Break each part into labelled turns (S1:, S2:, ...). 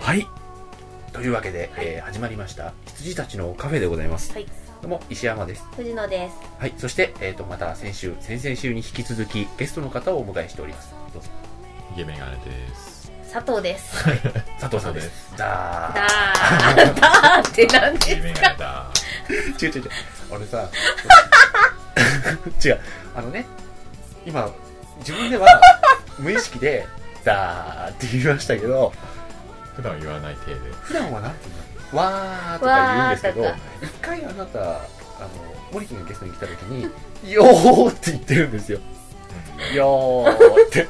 S1: はいというわけで、えー始まりました羊たちのカフェでございます
S2: はい、
S1: どうも石山です
S2: 藤野です。
S1: はいそして、えー、とまた先週先々週に引き続きゲストの方をお迎えしておりますどうぞ
S3: イケメガネです。
S2: 佐藤です。
S1: 佐藤さんですだ ー
S2: だー、だーってなん
S3: イケメ
S2: です
S3: ガ
S2: か。
S3: ネだ。
S1: 違う違う違う俺 さ違うあのね今自分では無意識 で「だー」って言いましたけど
S3: 普段言わない体で。
S1: 普段はなんて言うのわーとか言うんですけど
S2: わーと
S1: 一回あなたあのモリキンがゲストに来た時 に「よー」って言ってるんですよ「よー」って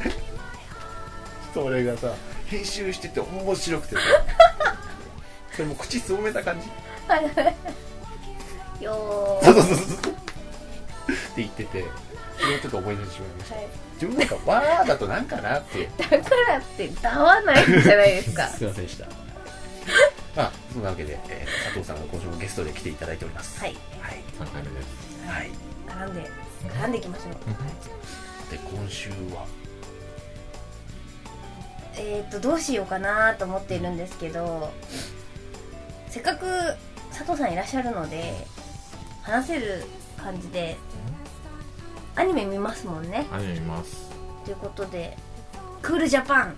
S1: それがさ編集してて面白くてさそれも口すぼめた感じ
S2: よー。
S1: そう
S2: は
S1: そうそうそうって言っててそれをちょっと思い出してしまいました自分なんかわーだとなんかなって
S2: い。だからって、だわないんじゃないですか。
S1: すいませんでしたまあそんなわけで、えー佐藤さんが今週もゲストで来ていただいております
S2: はい、
S1: はい
S3: 三回目です。
S1: はい
S2: 絡んで、絡んでいきましょう。
S1: で今週は
S2: えー、っと、どうしようかなと思っているんですけど。せっかく佐藤さんいらっしゃるので。話せる感じで。アニメ見ますもんね。
S3: アニメ見ます。
S2: ということで。クールジャパン。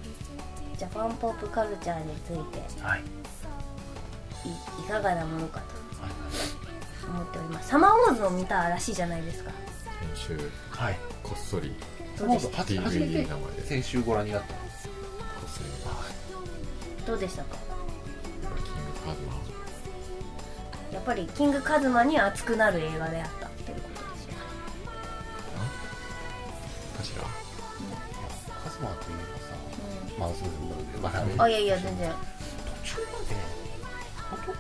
S2: ジャパンポップカルチャーについて。
S1: はい
S2: いいかがなものかと思っておりますサマーウォーズを見たらしいじゃないですか
S3: 先週
S1: はい
S3: こっそり
S2: どうでし
S1: そ
S2: た
S1: もそも初め
S3: DVD
S1: て
S3: 名前で
S1: 先週ご覧になった
S3: こっそり見ます。
S2: どうでしたか
S3: キングカズマ。
S2: やっぱりキングカズマに熱くなる映画であったということですよ
S3: かしら。
S1: カズマというのはさまあそうですまあ
S2: うんあいやいや全然
S1: 途中まで男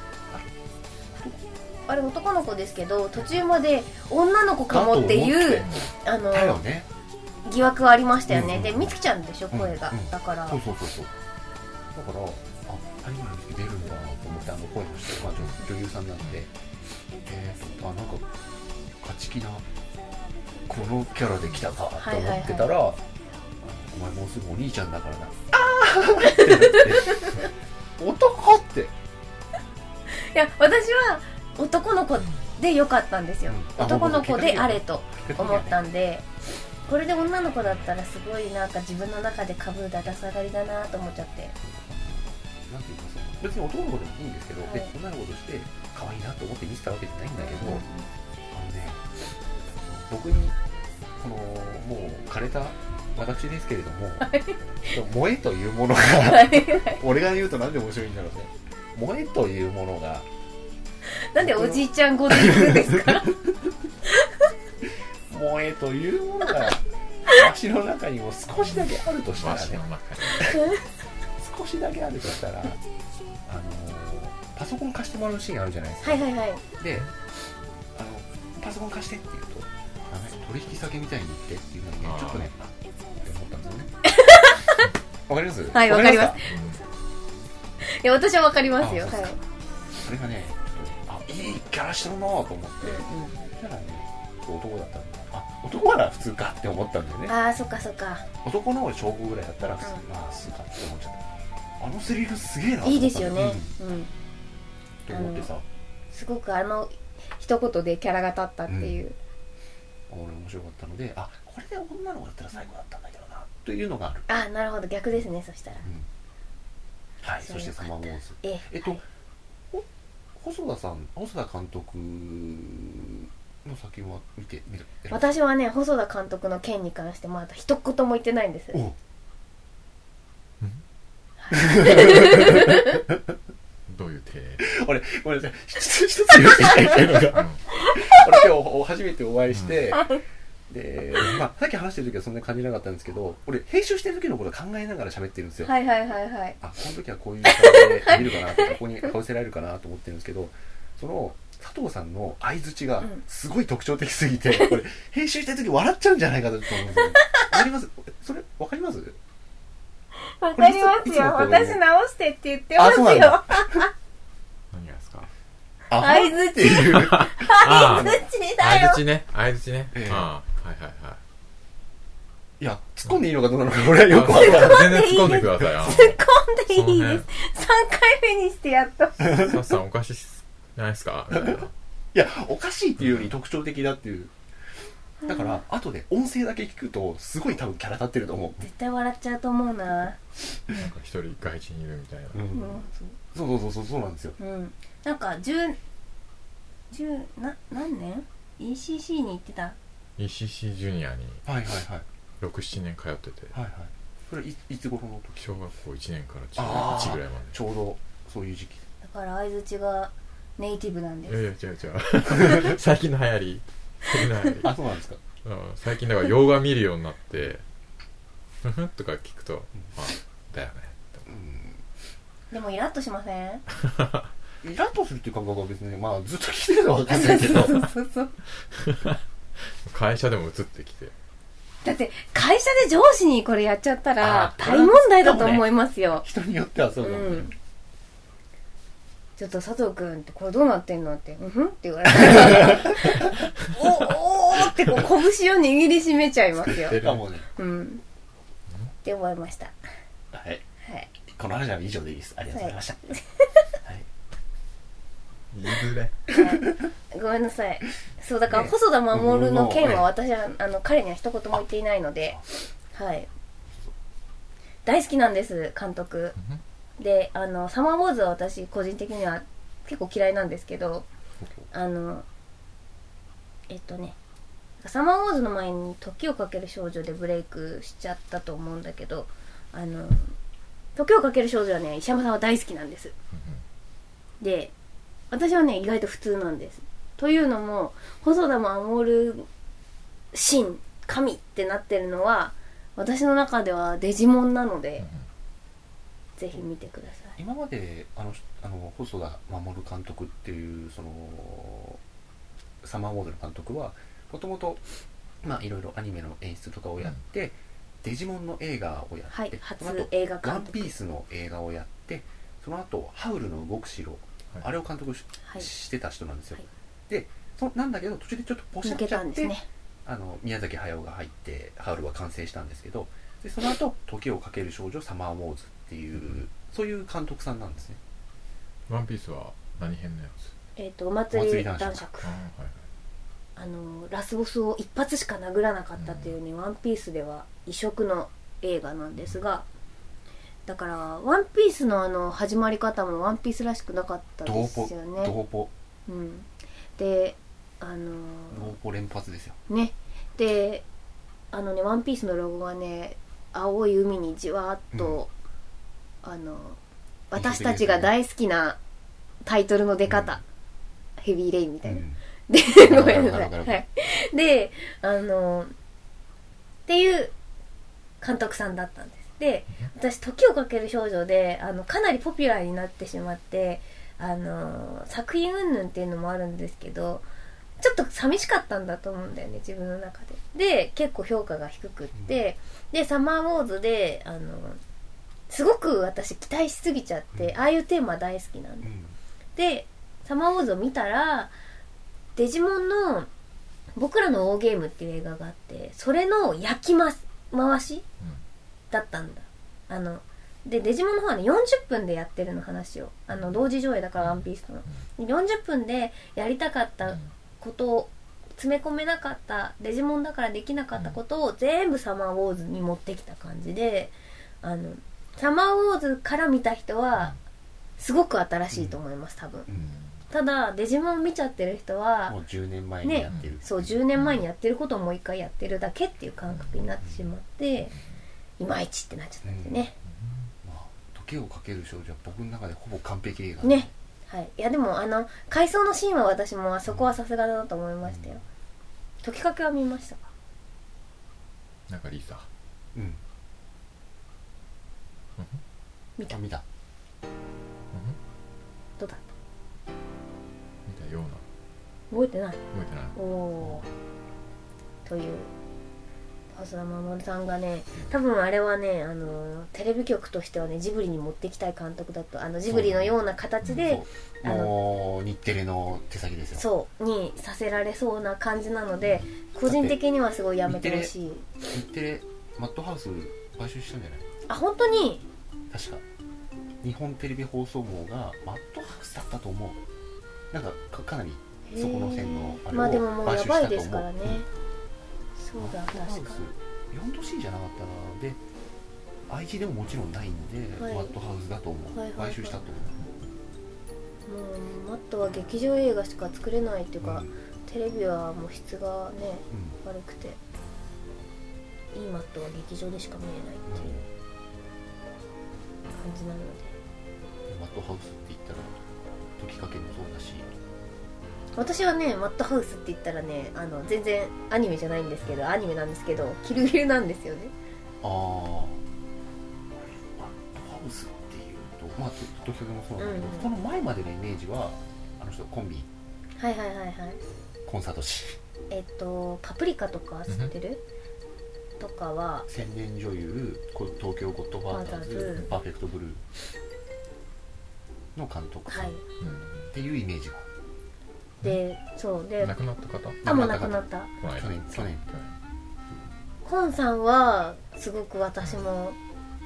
S2: あれ男の子ですけど途中まで女の子かもっていうあの
S1: だよね
S2: 疑惑はありましたよね、
S1: うん
S2: で美月ちゃんでしょ声が、
S1: うんうん
S2: だから
S1: そうそうそうそうだからあアニメの時出るんだなと思ってあの声の人が女女優さんなんでえー、とあなんか勝ち気なこのキャラで来たかと思ってたら、お前もうすぐお兄ちゃんだからなあーってなって 男って
S2: いや私は男の子で良かったんですよ、
S1: うんあ
S2: 男の子であれと
S1: 思
S2: 思ったんでこれで女の子だったらすごいなんか自分の中で株ぶだだ下がりだなと思っちゃって
S1: なんていうかその別に男の子でもいいんですけど、
S2: は
S1: で
S2: い
S1: 女の子として可愛いなと思って見てたわけじゃないんだけど、あのね僕にこのもう枯れた私ですけれども、萌えというものが俺が言うとなんで面白いんだろうね萌えというものが
S2: なんでおじいちゃん語で言うんですか
S1: 萌えというものが足の中にも少しだけあるとした
S3: わ
S1: ら
S3: し
S1: ね
S3: の中に。
S1: 少しだけあるとしたらあのパソコン貸してもらうシーンあるじゃないですか、
S2: はいはいはい
S1: であのパソコン貸してって言うとあの取引先みたいに言ってっていうのにね
S3: あー
S1: ちょっとねあって思ったんですよね わかります
S2: はいわかります
S1: わか
S2: いや私はわかりますよ
S1: あ
S2: はい、
S1: すそれがねちょっとあいいキャラしてるなぁと思ってそしたらね男だったんであ男なら普通かって思ったんだよね
S2: ああそっかそっか
S1: 男の証拠ぐらいだったら普通、
S2: うん
S1: まあすかって思っちゃったあのセリフすげえなと思った
S2: いいですよねうん、
S1: うんと思ってさ
S2: すごくあの一言でキャラが立ったっていう、
S1: 俺面白かったのであこれで女の子だったら最後だったんだけどなというのがある、
S2: ああなるほど逆ですねそしたら
S1: うんはい
S2: そ
S1: そ
S2: れ
S1: して
S2: よか
S1: サ
S2: った
S1: マーウォーズ
S2: え
S1: えっと、ほ細田さん、細田監督の作品は見て、見て、
S2: 私はね細田監督の件に関してまだ一言も言ってないんです
S1: お
S3: どういう体？
S1: 俺、ごめんなさい、一つ一つ言って いただきたいのが、俺今日初めてお会いして、で、まあ、さっき話してる時はそんなに感じなかったんですけど、俺、編集してる時のこと考えながら喋ってるんですよ。
S2: はいはいはいはい
S1: あ、この時はこういう感じで見るかなとか、こ こにかぶせられるかなと思ってるんですけど、その、佐藤さんの相づちが
S2: うん
S1: すごい特徴的すぎて、これ、編集してる時笑っちゃうんじゃないかと思うんですよ。わかりますそれ、わかります
S2: わ
S1: かりますよこれいついつもこういう私
S2: 直してって言って
S1: ますよあそうなん だ
S3: 何がですか。
S1: あ
S2: 相づち
S1: っていう。
S3: ああ。
S2: うち
S3: 相槌ね。相槌ね
S1: ええ。
S3: ああ。はいはいはい。
S1: いや、突っ込んでいいのかどうなのか、俺はよくわか
S3: あ
S1: らない。
S3: 全然突っ込んでください。あの
S2: 突っ込んでいいです回目にしてやっと。
S3: スタッフさんおかしいっすじゃないですかみたいない
S1: やおかしいっていうより特徴的だっていうだから後で音声だけ聞くとすごい多分キャラ立ってると思
S2: 絶対笑っちゃうと思うな。
S3: なんか一人外人いるみたいな
S1: う、うん
S2: うん、
S1: そうそうそうそうそうなんですよ
S2: そううん。なんか、十、十、な、何年 ?ECC に行ってた。
S3: ECC ジュニアに
S1: はいはいはい
S3: 67年通ってて
S1: はいはいそれいいつ頃の時
S3: 小学校1年から
S1: あー
S3: 1ぐらいま
S1: ちょうどそういう時期
S2: だから、相槌がネイティブなんで
S3: でい
S2: す。
S3: やいや違う 違う最近の流行り最近の流行り
S1: あそうなんですか
S3: うん最近だから洋画見るようになってふふんとか聞くとまあだよねって
S1: うん
S2: でも、イラッとしません
S1: イラッとするっていう感覚は別にまあずっと聞いてるのは分かんないけど
S2: そうそうそう。
S3: 会社でも移ってきて
S2: だって、会社で上司にこれやっちゃったら
S3: あ、ー
S2: 大問題だと思いますよ。
S1: 人によってはそう
S2: う
S1: なんだ、
S2: ん。ちょっと佐藤君ってこれどうなってんのって、うんふんって言わ れて。おおーってこう拳を握りしめちゃいますよ。
S1: でかもね
S2: うん。って思いました。
S1: はい
S2: はい。
S1: この話は以上でいいですありがとうございました、はい
S3: いずれ
S2: ごめんなさい。そう、だから細田守の件は私は、あの、彼には一言も言っていないので、はい。大好きなんです、監督。で、あの、サマーウォーズは私、個人的には結構嫌いなんですけど、あの、えっとね、サマーウォーズの前に時をかける少女でブレイクしちゃったと思うんだけど、あの、時をかける少女はね、石山さんは大好きなんです。で私はね意外と普通なんですというのも細田守神神ってなってるのは私の中ではデジモンなので、ぜひ見てください
S1: 今まであのあの細田守監督っていうそのサマーモードの監督はもともとまあいろいろアニメの演出とかをやって、デジモンの映画をやって、
S2: はい
S1: その後
S2: 初映画
S1: ワ
S2: 監
S1: ンピ
S2: 督
S1: ースの映画をやってその後ハウルの動く城、
S3: はい
S1: あれを監督し,、
S2: はい
S1: してた人なんですよ、
S2: はい
S1: でそなんだけど途中でちょっとポシャ
S2: 抜
S1: っ
S2: け
S1: ちゃ
S2: た
S1: っ
S2: んで
S1: て、
S2: すね
S1: あの宮崎駿が入ってハウルは完成したんですけどでその後時をかける少女サマーウォーズ」っていうそういう監督さんなんですね
S3: ワンピースは何編のやつ
S2: えっ、とお祭
S1: お祭
S2: り
S1: り男
S2: 男
S1: 爵
S2: 爵
S3: あーはい
S2: あのラスボスを一発しか殴らなかったっていうね「ワンピースでは異色の映画なんですがだから「ワンピースのあの始まり方も「ワンピースらしくなかった
S1: ドー
S2: です
S1: ポ
S2: よね
S1: ドーポ
S2: うん、であの
S1: ドーポ連発ですよ
S2: ーねであのね「ワンピースのロゴがね青い海にじわーっと、あの私たちが大好きなタイトルの出方、ヘビーレインみたいな、でごめんなさ
S1: わかるわかるわ
S2: い、
S1: か
S2: は
S1: る
S2: い、であのーっていう監督さんだったんですで私「時をかける少女で」あのかなりポピュラーになってしまってあのー作品云々っていうのもあるんですけどちょっと寂しかったんだと思うんだよね自分の中でで結構評価が低くって、で「サマーウォーズで」あのーすごく私期待しすぎちゃって、ああいうテーマ大好きなんで
S1: うん
S2: でサマーウォーズを見たらデジモンの「僕らの大ゲーム」っていう映画があってそれの焼きま回しだったんだあのでデジモンの方はね40分でやってるの話をあの同時上映だから「ワンピースの40分でやりたかっ
S3: はい
S2: たことを詰め込めなかったデジモンだからできなかったことを全部サマーウォーズに持ってきた感じであのサマーウォーズから見た人はすごく新しいと思います多分
S1: う
S3: うん
S1: ん
S2: ただデジモンを見ちゃってる人は
S1: もう10年前にやってる、
S2: そう10年前にやってることをもう一回やってるだけっていう感覚になってしまっていまいちってなっちゃったんですよね、
S1: まあ、時をかける少女は僕の中でほぼ完璧映画
S2: ねはい、いやでもあの回想のシーンは私もあそこはさすがだなと思いましたよ時かけは見ましたか
S3: なんかリーサ
S1: うん
S2: 見た
S1: あ見た
S2: どうだった
S3: みたいような
S2: 覚えてない
S3: 覚えてない
S2: おおーという細田守さんがね多分あれはねあのテレビ局としてはねジブリに持ってきたい監督だとあのジブリのような形で、
S1: そうもう日テレの手先ですよ
S2: そうにさせられそうな感じなので個人的にはすごいやめてほしい
S1: 日テレマッドハウス買収したんじゃない
S2: あ本当に
S1: 確か日本テレビ放送網がマットハウスだったと思うなんかかかなりそこの線のあれを
S2: まあでももうやばいですからね
S1: 買収し
S2: そうだ
S1: マットハウス
S2: 確かに
S1: 4°C じゃなかったなで愛知でももちろんないんで、
S2: はい
S1: マットハウスだと思う、
S2: はいはいはい
S1: 買収したと思
S2: もうマットは劇場映画しか作れないっていう
S1: う、
S2: か、
S1: うん
S2: テレビはもう質がね
S1: うん
S2: 悪くていいマットは劇場でしか見れないっていう感じなので
S1: マットハウスって言ったら時かけもそうだし
S2: 私はねマットハウスって言ったらねあの全然アニメじゃないんですけどアニメなんですけどキルギルなんですよね
S1: ああマットハウスっていうとまあ時かけもそうなんだけど、
S2: うん
S1: その前までのイメージはあの人コンビ
S2: はいはいはいはい
S1: コンサート誌
S2: えっと「パプリカ」とか知ってるとかは
S1: 千年女優こ東京ゴッドファーザ
S2: フ
S1: ー
S2: ァーザー
S1: ズ
S2: ズ
S1: パーフェクトブルーの監督さ
S2: は
S1: ん
S2: い
S1: っていうイメージが
S2: でそう
S3: う
S2: で
S3: ん、亡くなった方こ
S2: あもうなくなった
S3: の間
S1: 去年去年
S2: コンさんはすごく私も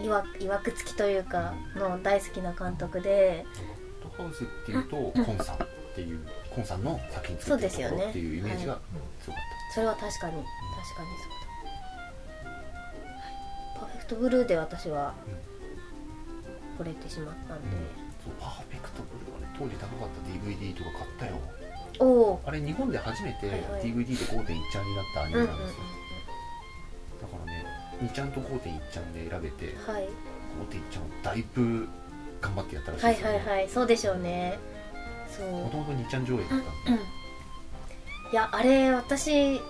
S2: いわいわくつきというかの大好きな監督で
S1: マットハウスっ ていうとコンさんっていうコンさんの作品作ってるところっていうイメージが強かっ
S2: それは確かに確かにそうだ、はい、パーフェクトブルーで私は惚れてしまったんで、
S1: たそうパーフェクトブルーはね当時高かった DVD とか買ったよ
S2: おお
S1: あれ日本で初めて
S2: はいはい
S1: DVD で5.1ちゃんになったアニ
S2: うんう
S1: メ
S2: んうん
S1: なんですよ、だからね2ちゃんと5.1ちゃんで選べて
S2: はい
S1: 5.1ちゃんをだいぶ頑張ってやったらしい
S2: は
S1: で
S2: い
S1: すよ、
S2: は
S1: ね
S2: いはいそうでしょうねそう
S1: もともと2ちゃん上映だったんで、
S2: うんいやあれ私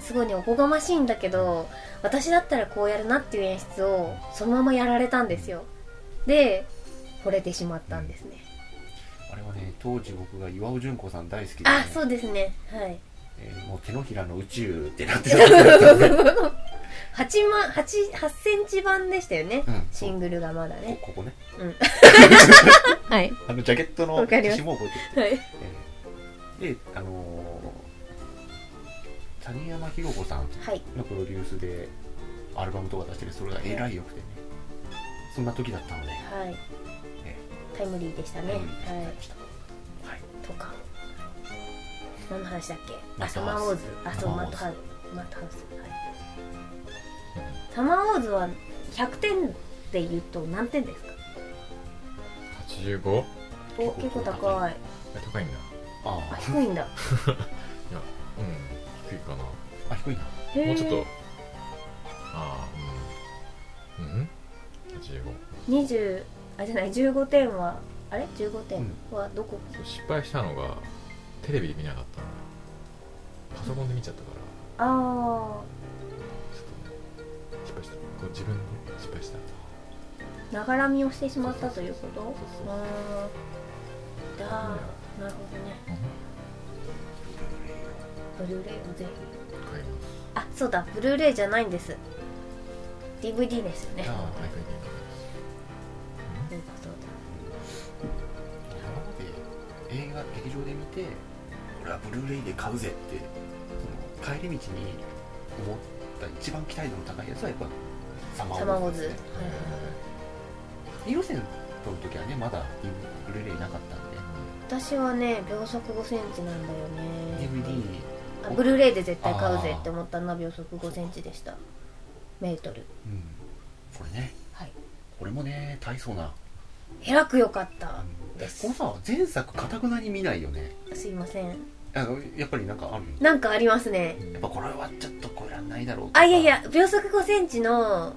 S2: すごいねおこがましいんだけど私だったらこうやるなっていう演出をそのままやられたんですよで惚れてしまったんですね
S1: あれはね当時僕が岩尾純子さん大好きで、ね
S2: あそうですね はい
S1: えーもう手のひらの宇宙ってなってた時だっ たんで、
S2: 8万8 8センチ版でしたよね
S1: うん、
S2: シングルがまだ
S1: こ
S2: ね
S1: ここね
S2: はい
S1: あのジャケットの
S2: わかります
S1: も覚えてる
S2: はい
S1: えーであのー谷山ひろ子さん
S2: はい
S1: のプロデュースでアルバムとか出してるそれがえらいよくてねそんな時だったので、
S2: はい
S1: え
S2: タイムリーでしたね
S1: え
S2: は
S1: ー
S2: い
S1: はい
S2: とか何の話だっけ
S1: マ
S2: あ
S1: ッ
S2: サ
S1: ト
S2: マー
S1: ハ
S2: ウォ
S1: ウ
S2: ー
S1: ス
S2: ズあそうマ
S1: マ
S2: ット
S1: ット
S2: ハ
S1: ハ
S2: ウスマットハウスはいサマーウォーズは100点で言うと何点ですか
S3: 85?
S2: お結構高い
S3: え高いんだ
S2: あ
S1: あ
S2: 低いんだ
S3: うん低いかな も
S1: あ低いな
S2: へー
S3: うちょっとああうんうん85
S2: 20あじゃない15点はあれ15
S1: う
S2: 点
S1: ん
S2: はどこ、
S3: そう失敗したのがテレビで見なかったのよパソコンで見ちゃったか
S2: あ
S3: らちょっとね失敗したこう自分で失敗した
S2: あながら見をしてしまったということ
S3: そうそうそう
S2: あーだーなるほどねブルーレイをぜひ
S3: 買います
S2: あそうだブルーレイじゃないんです DVD ですよね
S1: じゃ
S3: あ
S1: あ
S3: あ買い替えてみます
S2: そうだそうだ
S1: 今まで映画劇場で見て俺はブルーレイで買うぜってその帰り道に思った一番期待度の高いやつはやっぱサマ
S2: サマー
S1: ー
S2: ウォ
S1: ウォ
S2: ー
S1: ー
S2: ズ
S1: ズ
S2: は
S1: で
S2: い
S1: すね色線撮る時はねまだブルーレイなかったんで
S2: 私はね秒速5センチなんだよね
S1: DVD
S2: あブルーレイで絶対買うぜって思ったのは秒速5センチでしたメートル
S1: うんこれね
S2: はい
S1: これもね大層な
S2: えらく良かったです
S1: このさ前作かたくなに見ないよね
S2: すいません
S1: あのやっぱりなんかある
S2: なんかありますね
S1: やっぱこれはちょっとこれはないだろうとか
S2: あいやいや秒速5センチの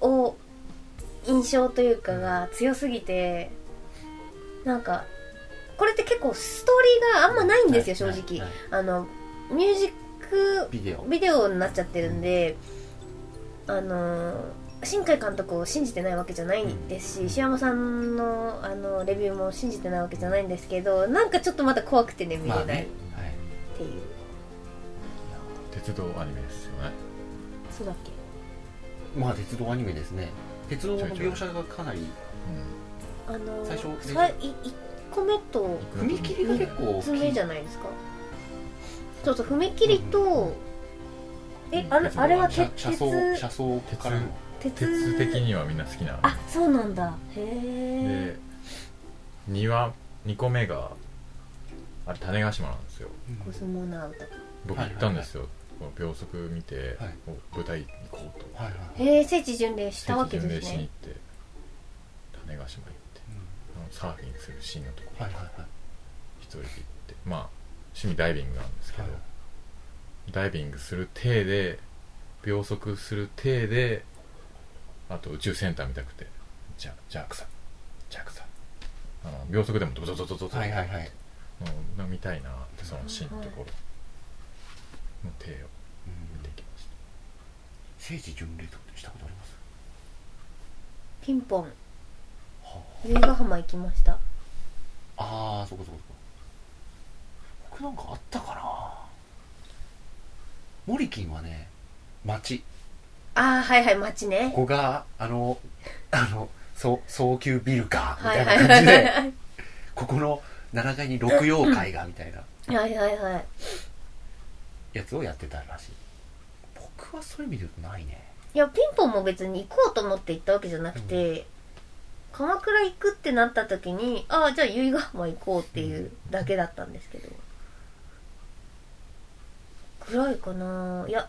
S2: を印象というかが強すぎてなんかこれって結構ストーリーがあんまないんですよ正
S1: はい
S2: 直
S1: はい
S2: あのミュージック
S1: ビデオ
S2: ビデオになっちゃってるんで、あのー新海監督を信じてないわけじゃないですし、石山さんのあのレビューも信じてないわけじゃないんですけどなんかちょっとまだ怖くてね見れ
S1: ま
S2: な
S1: あ
S2: いっ
S1: ねはい
S2: ていう、
S3: 鉄道アニメですよね
S2: そうだっけ
S1: まあ鉄道アニメですね鉄道の描写がかなり
S2: あのー、
S1: 最初
S2: さいい1個目と
S1: 踏切が結構大
S2: 2つ目
S1: きい
S2: じゃないですかそうそう踏切と、
S1: うん
S2: えあれあれは鉄
S1: 車車窓
S2: 鉄
S1: 車窓からの
S3: 鉄鉄的にはみんな好きな
S2: あそうなんだへえ
S3: で2は2個目があれ種子島なんですよ
S2: コスモナウト
S3: 僕行ったんですよ、この秒速見て、
S1: はい
S3: こう舞台行こうと
S1: はいはいはい
S2: へえ聖地巡礼したわけで
S3: 聖
S2: す
S3: 地巡礼し
S2: ね
S3: に行って種子島行って
S1: うん
S3: あのサーフィンするシーンのとこ
S1: はいはいはい
S3: 一人で行ってまあ趣味ダイビングなんですけど、
S1: はい
S3: ダイビングする体で秒速する体であと宇宙センター見たくてじゃじゃあ草じゃあ草あの秒速でもドドドドドド、
S1: はいはいはい
S3: うんな見たいなってそのシーンのところの手を見てきました
S1: 聖地巡礼とかってしたことあります
S2: ピンポン
S1: は
S2: 由比ヶ浜行きました
S1: ああーそこそこそこ僕なんかあったかなモリキンはね町
S2: ああはいはい町ね
S1: ここがあのあのそう早急ビルかみ
S2: は
S1: た
S2: い
S1: い
S2: は
S1: ない感
S2: はいは
S1: じで、
S2: いはい
S1: ここの7階に六妖怪がみたいな
S2: はいはい
S1: やつをやってたらしい僕はそういう意味で言うとないね
S2: いやピンポンも別に行こうと思って行ったわけじゃなくて、鎌倉行くってなった時にああじゃあ由比ヶ浜行こうっていうだけだったんですけどぐらいかないや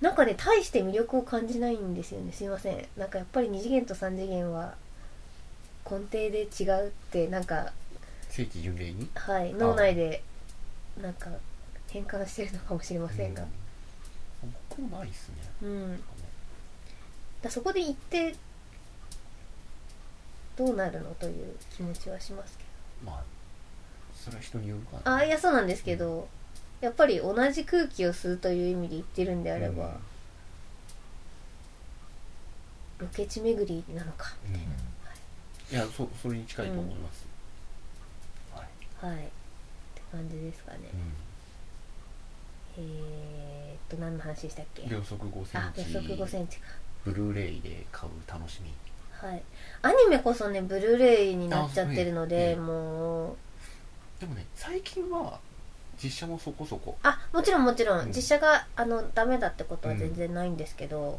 S2: なんかね大して魅力を感じないんですよねすいませんなんかやっぱり2次元と3次元は根底で違うってなんか
S1: 聖地巡礼に
S2: はい脳内でなんか変換してるのかもしれませんが
S1: うん僕もないっすね
S2: うんだそこで行ってどうなるのという気持ちはしますけ
S1: まあそれは人によるか
S2: ど
S1: な
S2: ああいやそうなんですけどやっぱり同じ空気を吸うという意味で行ってるんであれば、ロケ地巡りなのか
S1: うんうんいやそそれに近いと思います、はい、
S2: はいって感じですかね、えー、っと何の話でしたっけ
S1: 秒速5セ
S2: あ
S1: ン
S2: 約
S1: チ
S2: 束5センチか
S1: ブルーレイで買う楽しみ
S2: はいアニメこそねブルーレイになっちゃってるので
S1: あそう
S2: もう
S1: でもね最近は実写もそこそこ
S2: あもちろんもちろん、
S1: うん
S2: 実写があのダメだってことは全然ないんですけど、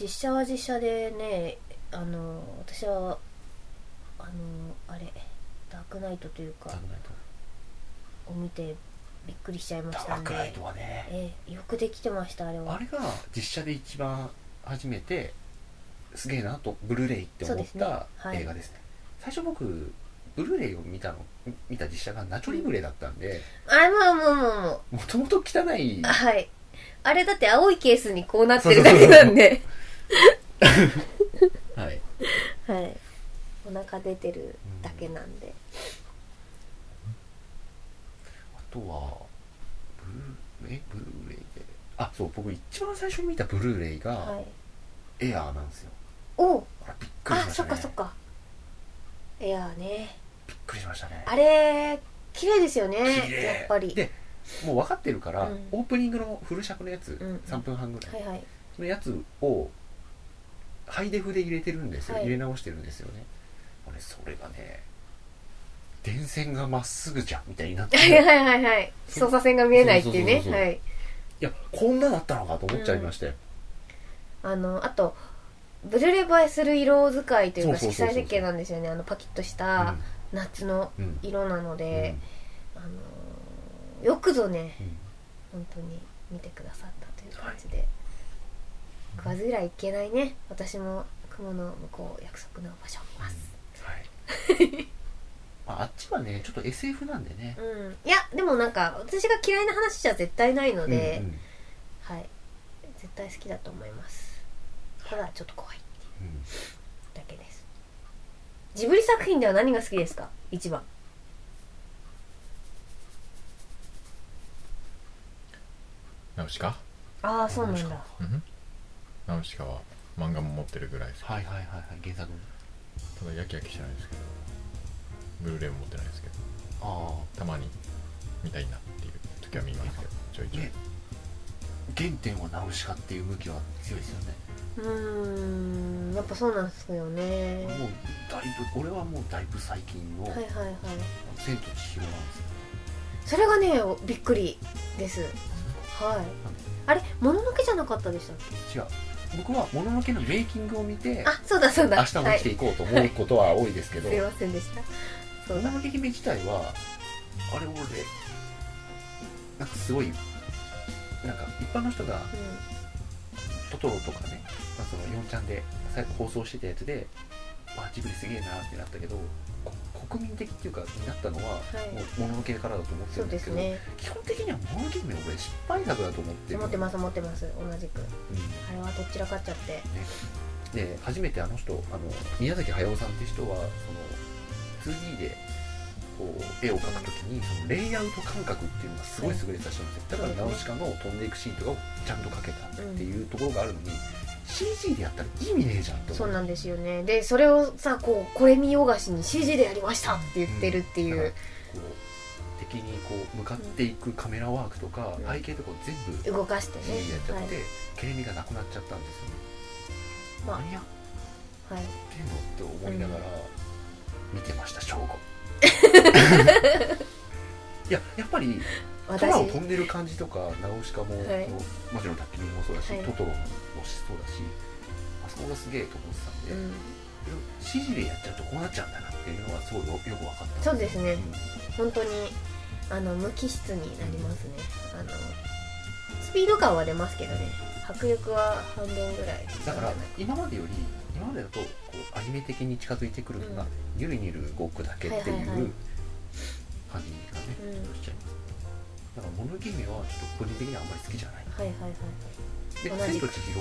S2: 実写は実写でねあの私はあのあれ「ダークナイト」というか
S1: ダークナイ
S2: を見てびっくりしちゃいま
S1: ト
S2: した
S1: ダー
S2: んで
S1: クナイトはね
S2: ええよくできてましたあれは
S1: あれが実写で一番初めてすげえなとブルーレイって思っ
S2: そうですね
S1: た
S2: はい
S1: 映画ですね最初僕ブルーレイを見たの見た実写がナチョリブレだったんで
S2: あれもうもうもうも
S1: もともと汚いう
S2: はいあれだって青いケースにこうなってるだけなんで
S1: はい
S2: はいお腹出てるだけなんで、
S1: あとはブルーえブルーレイであそう僕一番最初に見たブルーレイ
S2: は
S1: が
S2: い
S1: エアーなんですよ、
S2: おう
S1: あらびっくりし
S2: あ
S1: まし
S2: そ
S1: た
S2: っ
S1: ね
S2: かそっかいやーね
S1: びっくりしましたね
S2: あれ綺麗ですよね
S1: 綺麗
S2: やっぱり
S1: でもう分かってるから、
S2: うん
S1: オープニングのフル尺のやつ、
S2: うん
S1: 3分半ぐらい、
S2: はいはい
S1: そのやつをハイデフで入れてるんですよ、
S2: はい
S1: 入れ直してるんですよね俺それがね電線がまっすぐじゃんみたいになって
S2: はい
S1: い
S2: はいはいはい操作線が見えないっていうね
S1: そうそうそうそう
S2: はい
S1: やこんなだったのかと思っちゃいましたよ、
S2: あのあとブルーレイ映えする色使いというか
S1: そう
S2: 色
S1: そうそうそう
S2: 彩設計なんですよねあのパキッとした夏の
S1: うんうん
S2: 色なの
S1: うん
S2: で、あのーよくぞね
S1: うん
S2: 本当に見てくださったという感じで、食わず嫌いいけないね私も雲の向こう約束の場所を見ます、
S1: はいまあ、あっちはねちょっと SF なんでね、
S2: うん、いやでもなんか私が嫌いな話じゃ絶対ないので、
S1: うんうん
S2: はい絶対好きだと思いますただちょっと怖いっていう
S1: うん
S2: だけですジブリ作品では何が好きですか一番
S3: ナウシカ
S2: ああそうなんだ
S1: ナウシカ
S3: うんナウシカは漫画も持ってるぐらいです
S1: はいはいはいはい原作
S3: ただヤキヤキしてないですけどブルーレイも持ってないですけど
S1: あ
S3: たまに見たいなっていう時は見ますけどちょい
S1: あ
S3: ちょい
S1: ね原点を直しかっていう向きは強いですよね
S2: うーんやっぱそうなんですよね
S1: 俺もうだいぶ俺はもうだいぶ最近の
S2: はいはいはい
S1: 「千と千尋」なんですよ
S2: それがねびっくりですはいあれもののけじゃなかったでしたっ
S1: 違う僕はもののけのメイキングを見て
S2: あそうだそうだ
S1: 明日も生きていこうと思うことは多いですけ ど
S2: はい、すいませんでしたそ
S1: も
S2: うだ
S1: ののけ姫自体はあれ俺なんかすごいなんか一般の人が
S2: う
S1: トトロとかね、まあ、その4ちゃんで最後放送してたやつであジブリすげえなってなったけどこ国民的っていうかになったのは、
S2: い
S1: もうもののけからだと思っ
S2: ん
S1: て
S2: そ
S1: る
S2: うん
S1: で
S2: ですす
S1: けど
S2: ね
S1: 基本的にはもののけ姫は俺失敗作だと思ってる
S2: 思ってます思ってます同じくあれはどちらかっちゃって
S1: うんで初めてあの人あの宮崎駿さんって人はその 2D でこう絵を描くときにそのレイアウト感覚っていうのがすごい優れてた人なんですよだからナウシカの飛んでいくシーンとかをちゃんと描けたっていうところがあるのに、CG でやったら意味ねえじゃんと
S2: そ
S1: 思
S2: う
S1: う
S2: なんですよねでそれをさこうこれ見よがしに CG でやりましたって言ってるってい
S1: だから
S2: う
S1: こう敵にこう向かっていくカメラワークとか、
S3: うん
S1: 背景とかを全部 CG でや
S2: 動かしてね
S1: っちゃって、
S2: は
S1: 切れ目がなくなっちゃったんですよね、
S2: まあ
S1: 何やっ
S2: い、はい、
S1: てんのって思いながら見てました正午 いややっぱり
S2: 私
S1: 空を飛んでる感じとかナウシカも、
S2: はい
S1: こうもちろん宅急便もそうだし、
S2: はい
S1: トトロもそうだしあそこがすげえと思ってたんで、
S2: うん
S1: CG でやっちゃうとこうなっちゃうんだなっていうのはすごいよよく分かった
S2: そうですね
S1: ん
S2: 本当にあの無機質になりますねあのスピード感は出ますけどね迫力は半分ぐらいし
S1: だ
S2: か
S1: か
S2: な
S1: ら
S2: い
S1: 今までより今までだとこうアニメ的に近づいてくるのが、
S2: うん
S1: ゆるゆる動くだけってい
S2: はいはいはいう
S1: 感じがね、
S2: うん
S1: しちゃいますだから物決めはちょっと個人的にはあんまり好きじゃない
S2: はいはいはい
S1: で
S2: 同
S1: 「千
S2: じ
S1: と
S2: く
S1: 千尋」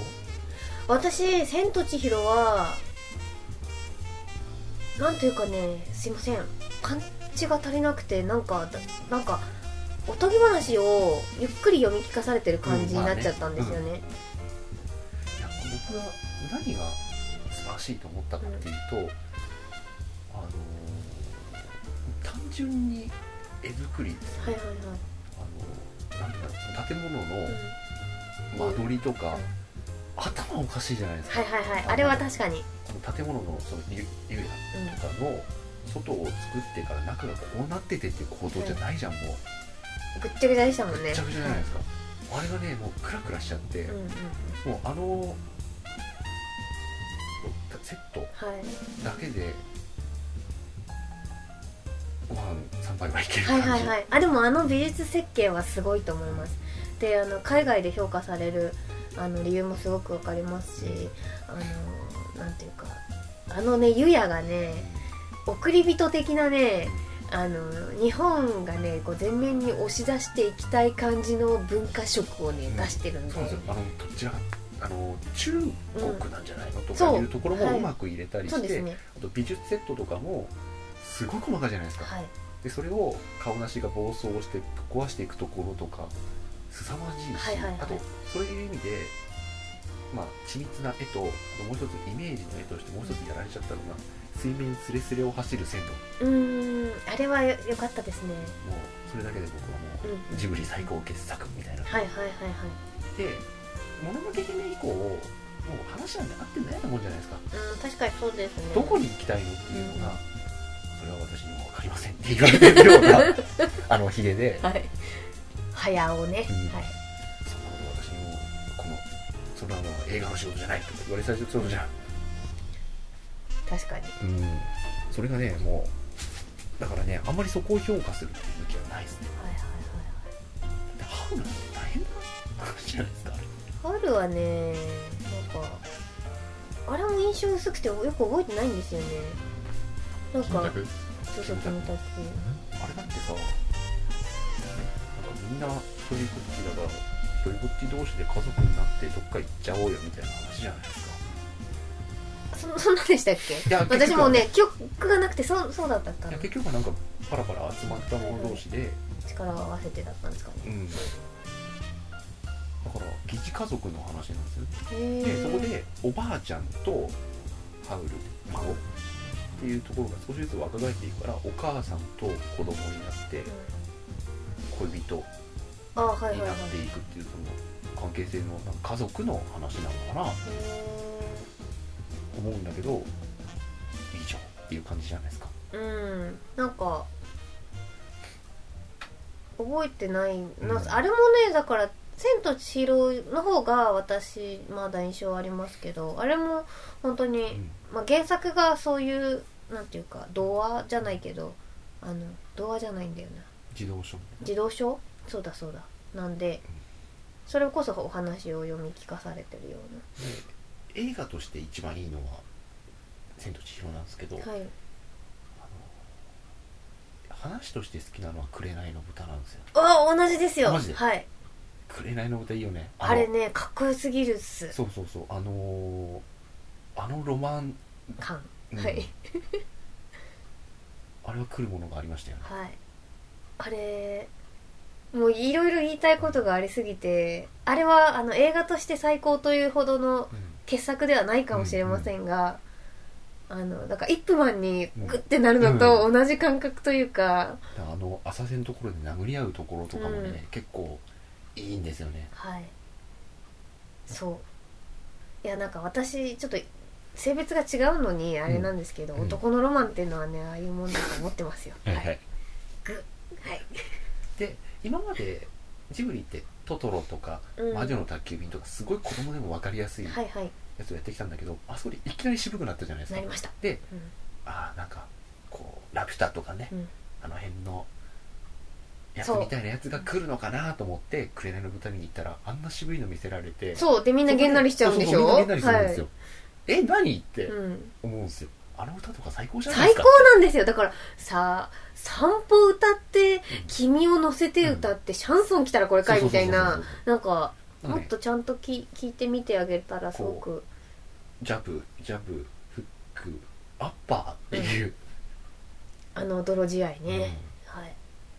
S2: 私「千と千尋」はなんというかねすいませんパンチが足りなくてなんかだなんかおとぎ話をゆっくり読み聞かされてる感じになっちゃったんですよね,、
S1: いや僕は何が素晴らしいと思ったかっていうと、あのー単純に絵作りです
S2: はい
S1: ね、
S2: はいはい
S1: あのなんだろう建物の間取りとか、
S2: うん
S1: 頭おかしいじゃないですか
S2: はいはいはいあれは確かに、うん、
S1: 建物のそのゆゆやとかの外を作ってから中がこうなっててっていう構造じゃないじゃんもう
S2: ぐっちゃぐちゃでしたもん
S1: ぐ
S2: ね
S1: っちゃぐちゃじゃないですか、あれがねもうクラクラしちゃって、
S2: うんうんうん
S1: もうあのセット
S2: はい
S1: だけでご飯3杯はいける
S2: は
S1: 感
S2: いは
S1: じ、
S2: いはいあでもあの美術設計はすごいと思いますであの海外で評価されるあの理由もすごくわかりますしあのなんていうかあのねゆやがね送り人的なねあの日本がねこう全面に押し出していきたい感じの文化色をね
S1: うん
S2: 出してるんで
S1: そうなんですよあのどちらあの中国なんじゃないの、とか
S2: そ
S1: いううところ
S2: はい
S1: も
S2: う
S1: まく入れたり
S2: そう
S1: し
S2: で
S1: て、
S2: すね
S1: あと美術セットとかもすごい細かいじゃないですか、
S2: はい
S1: でそれを顔なしが暴走してぶっ壊していくところとか凄まじいし、
S2: はいはいはい
S1: あとそういう意味で、まあ、緻密な絵とあともう一つイメージの絵としてもう一つやられちゃったのが水面すれすれを走る線路も
S2: うーんあれはよよかったですね
S1: うそれだけで僕は
S2: う
S1: も
S2: んうん
S1: うジブリ最高傑作みたいな、
S2: はいはいはいはい
S1: で「もののけ姫」以降もう話なんて合ってないようなもんじゃないですか、
S2: うん確かにそうですね
S1: どこに行きたいのっていうのが、それは私にも分かりませんって言われてるよう なあのヒゲで
S2: はい早尾ね、
S1: うん
S2: はい
S1: そんなこと私にもこのそんなのは映画の仕事じゃないとか言われさせてそうじゃん、
S2: 確かに
S1: うん、それがねもうだからねあんまりそこを評価するっていう向きはないですね
S2: はいはい
S1: だってハウルなんて大変な話じゃないですかあれ
S2: はいはい春はねなんかあれも印象薄くてよく覚えてないんですよねなん
S3: 金
S2: か
S3: 卓
S2: そうそうキムタク
S1: あれだってさなんかみんな一人ぼっちだから一人ぼっち同士で家族になってどっか行っちゃおうよみたいな話じゃないですか
S2: そそんなんでしたっけ
S1: いや
S2: 私もうね記憶がなくてそうそうだったから
S1: いや結局はなんかパラパラ集まった者同士で、
S2: 力を合わせてだったんですかね
S1: うんだから疑似家族の話なんですよね
S2: へ
S1: で
S2: え
S1: そこでおばあちゃんとハウル孫っていうところが少しずつ若返っていくからお母さんと子供になって恋人に
S2: あはいはいはい
S1: な
S2: へ
S1: っていくっていうその関係性のなんか家族の話なのかなと思うんだけどいいじゃんっていう感じじゃないですか
S2: えうんなんか覚えてないな、
S1: うん
S2: あれもねだから千と千尋」の方が私まだ印象ありますけどあれも本当に、
S1: ん
S2: まあ、原作がそういうなんていうか童話じゃないけどあの童話じゃないんだよな
S1: 自動書
S2: 児童書そうだそうだなんでそれこそお話を読み聞かされてるよ
S1: 映画として一番いいのは「千と千尋」なんですけど、
S2: うなはい
S1: 話として好きなのは「紅の豚」なんですよ
S2: あ同じですよ
S1: マジで
S2: はい
S1: 「紅の豚」いいよねの
S2: あれねかっこよすぎるっす
S1: そうそうそうあのーあのロマン、
S2: 感
S1: うん
S2: はい
S1: あれは来るものがありましたよね
S2: はいあれもういろいろ言いたいことがありすぎてあれはあの映画として最高というほどの傑作ではないかもしれませんが、あのだからイップマンにグッてなるのと同じ感覚というか、
S1: だからあの浅瀬のところで殴り合うところとかもね、
S2: うん
S1: 結構いいんですよね
S2: はいそういやなんか私ちょっと性別が違うのにあれなんですけど、
S1: うん
S2: 男のロマンっていうのはねああいうもんだと思ってますよはい、
S1: い
S2: はい
S1: で今までジブリって「トトロ」とか「
S2: うん
S1: 魔女の宅急便」とかすごい子供でも分かりやすい
S2: はいはい
S1: やつをやってきたんだけど、あそこでいきなり渋くなったじゃないです
S2: な
S1: か
S2: りました
S1: で
S2: うん
S1: ああなんかこう「ラピュタ」とかね、
S2: うん
S1: あの辺のやつ
S2: そう
S1: みたいなやつが来るのかなと思って「紅の豚」見に行ったらあんな渋いの見せられて
S2: そうでみんなげんなりしちゃうんでしょ
S1: そうそうみんなげんなりするんですよ、え何って
S2: はいうん、
S1: 思うんですよあの歌とか最高じゃないで
S2: 最
S1: す
S2: 高
S1: か
S2: なんですよだからさ散歩歌って「君を乗せて歌って、シャンソン来たらこれかい」みたい
S1: そう
S2: な
S1: そうそう
S2: なんか
S1: そうな
S2: も
S1: ん
S2: っ
S1: かね
S2: とちゃんとき聞いてみてあげたらすごく
S1: ジャブジャブフックアッパーっていう、
S2: あの泥仕合ね、
S1: う
S2: はい
S1: ん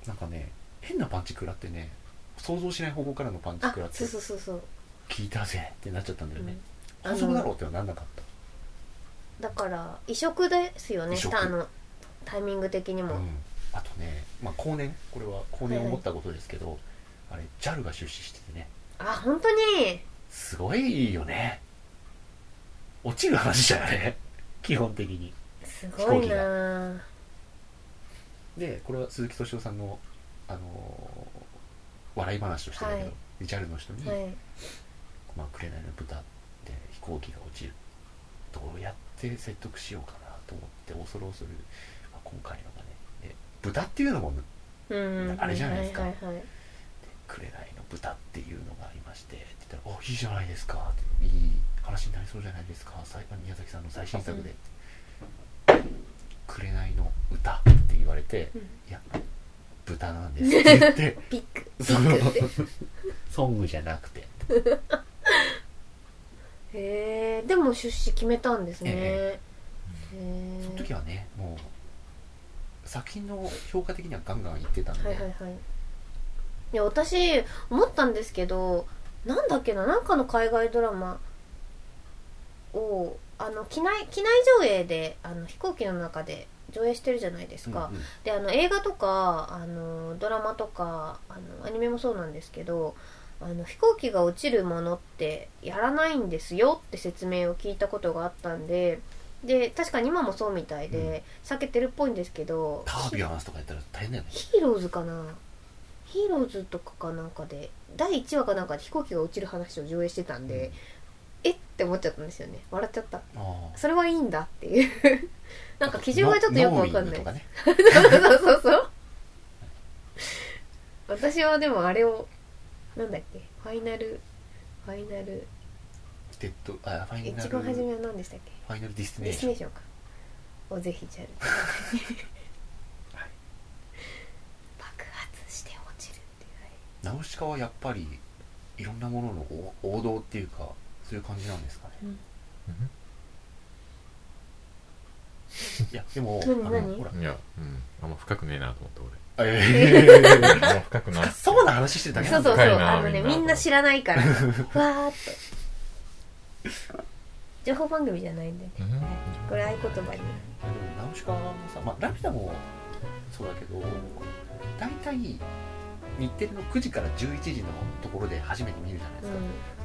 S1: なんかね変なパンチ食らってね想像しない方向からのパンチ
S2: あ
S1: 食らって
S2: そうそうそうそう
S1: 聞いたぜってなっちゃったんだよね、
S2: うん
S1: 反則だろうってはなんなかった
S2: だから異色ですよね
S1: 異色
S2: あのタイミング的にも、
S1: うん、あとね、まあ、後年これは後年思ったことですけど、あれ JAL が出資しててね
S2: あ本当に
S1: すごいよね落ちる話じゃんあれ基本的に
S2: すご
S1: 飛行
S2: い
S1: 機
S2: な
S1: でこれは鈴木敏夫さんの、あのー笑い話としてだけど、
S2: はい
S1: JAL の人に「
S2: はい
S1: まあ、紅の豚」で飛行機が落ちるどうやって説得しようかなと思って恐る恐る、まあ、今回のがねで豚っていうのも
S2: うん
S1: あれじゃないですか
S2: はいはいはい
S1: 紅の豚っていうのがありましてって言ったら「あいいじゃないですか」って「いい話になりそうじゃないですか最宮崎さんの最新作で」紅の歌」って言われて
S2: うん
S1: 「いや豚なんです」って言って
S2: ピック
S1: そ
S2: ピ
S1: の
S2: ックって
S1: ソングじゃなくて
S2: へえでも出資決めたんですね、
S1: え
S2: へえ
S1: その時はねもう作品の評価的にはガンガンいってたんで、
S2: はいはいはいいや私思ったんですけどなんだっけななんかの海外ドラマをあの機内機内上映であの飛行機の中で上映してるじゃないですか、
S1: うんうん
S2: であの映画とかあのドラマとかあのアニメもそうなんですけどあの飛行機が落ちるものってやらないんですよって説明を聞いたことがあったんでで確かに今もそうみたいで、避けてるっぽいんですけど
S1: タービュランスとかやったら大変だよね
S2: ヒーローズかなヒーローズとかかなんかで第1話かなんかで飛行機が落ちる話を上映してたんで、えって思っちゃったんですよね笑っちゃった
S1: ああ
S2: それはいいんだっていう なんか基準がちょっとよくわかんない
S1: ノーウィングとね
S2: そうそうそう。私はでもあれを、なんだっけ、ファイナル、ファイナル、
S1: デッドあファイナ
S2: 一
S1: ル
S2: 番初め
S1: フ
S2: は何でしたっけ
S1: ァイナルディスティネ
S2: デ
S1: ー
S2: ィスティ
S1: ショ
S2: ネ
S1: ン
S2: ーションか。をぜひ JAL に。爆発して落ちるっていう
S1: ナウシカはやっぱりいろんなもののお王道っていうかそういう感じなんですかねいやでもあ
S2: 何何
S1: のほら
S3: うんいや、うん、あんま深くねえなと思って
S1: え
S3: 俺あんま深く な
S1: ー
S3: い
S1: そうな話してるだけ
S2: そ
S1: な
S2: うん
S1: だ
S2: そう
S1: よ
S2: そう、
S3: 深いな
S2: あのね、
S3: みん
S2: み
S3: な
S2: んな知らないから、わーっと。情報番組じゃないんでね。
S3: うん
S2: はいこれ合言葉に。
S1: でもナウシカもさ、まあ、ラピュタもそうだけど大体日テレの9時から11時のところで初めて見るじゃないで
S2: う
S1: す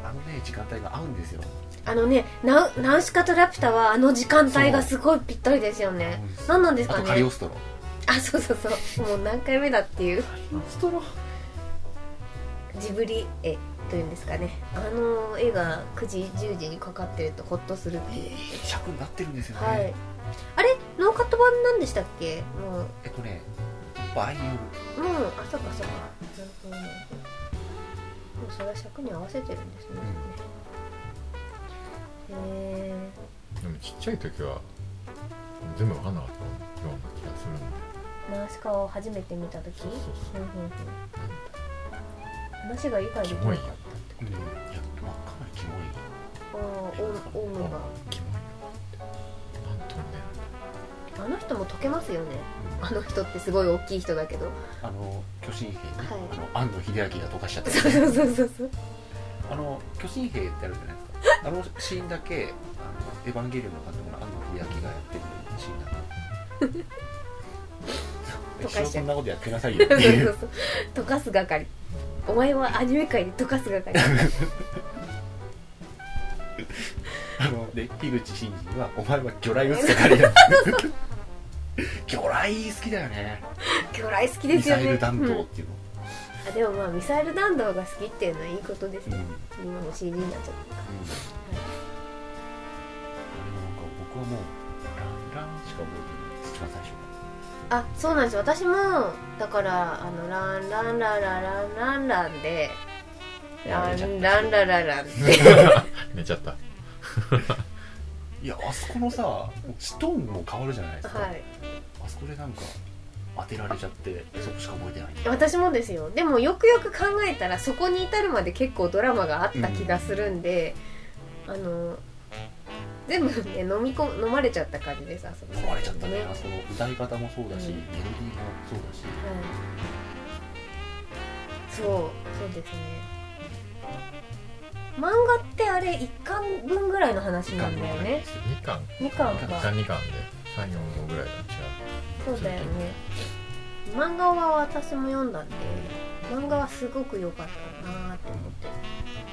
S1: か、
S2: ん
S1: あのね時間帯が合うんですよ
S2: あのねナウナウシカとラピュタはあの時間帯がすごいぴったりですよね何なんです
S1: あ
S2: か
S1: とカリ
S2: ね
S1: オストロ
S2: あそうそうそうもう何回目だっていう
S1: カリオストロ
S2: ジブリ絵というんですかねあの絵が9時10時にかかってるとホッとするっていう、
S1: 尺になってるんですよね、
S2: はいあれノーカット版なんでしたっけもう
S1: えっとねバイ
S2: うん、あそっかそっか。なるほどね。もうそれは尺に合わせてるんですね。へえ。
S3: でもちっちゃい時は全部分かんなかったような気がするんで
S2: ナウシカを初めて見た時。
S3: そうそう
S2: う
S3: そ
S2: ん
S3: う
S2: うんうん。話が理解できなかったって
S1: オうんいやまあかなりキモい
S2: こと。ああ、オウオウムが。
S3: キモいよなんとね
S2: あの人も溶けますよね。あの人ってすごい大きい人だけど。
S1: あの巨神兵ね、
S2: はい
S1: あの安野秀明が溶かしちゃった
S2: そうそうそうそうそう。
S1: あの巨神兵ってあるじゃないですかあのシーンだけあのエヴァンゲリオンの監督の安野秀明がやってるシーンだから
S2: 溶かしちゃう
S1: 一生そんなことやってなさいよってい
S2: そう
S1: う
S2: そうそう溶かす係お前はアニメ界で溶かす 係
S1: あので樋口真嗣は「お前は魚雷打つ係だ」魚雷好きだよね
S2: 魚雷好きで
S1: ミ
S2: すよ
S1: サ
S2: ね
S1: イル弾
S2: う
S1: 道
S2: ん
S1: っていうの、
S2: あでもまあミサイル弾道が好きっていうのはいいことです
S1: うん
S2: ね
S1: うん、あれもな
S2: 今
S1: んか
S2: も CD になっちゃっ
S1: 僕はもう「ランラン」しか覚えてない一番最初
S2: たあそうなんですよ私もだからあのランランララランランランでランランララランって
S3: 寝ちゃった
S1: いやあそこのさストーンも変わるじゃないですか、
S2: はい
S1: あそこでなんか当てられちゃってそこしか覚えてない
S2: 私もですよでもよくよく考えたらそこに至るまで結構ドラマがあった気がするんで、あの全部ね飲み込飲まれちゃった感じですあそこ
S1: 壊れちゃったね
S2: は
S1: あ
S2: い
S1: その歌い
S2: う
S1: 方もそうだし、
S2: ん
S1: メロディーもそうだし
S2: そうそうですね漫画ってあれ1巻分ぐらいの話なんだよね
S3: 2巻
S2: 2巻
S3: 1
S2: か
S3: 巻2巻で345ぐらいが違う
S2: そうだよね漫画は私も読んだんで漫画はすごく良かったなーって思って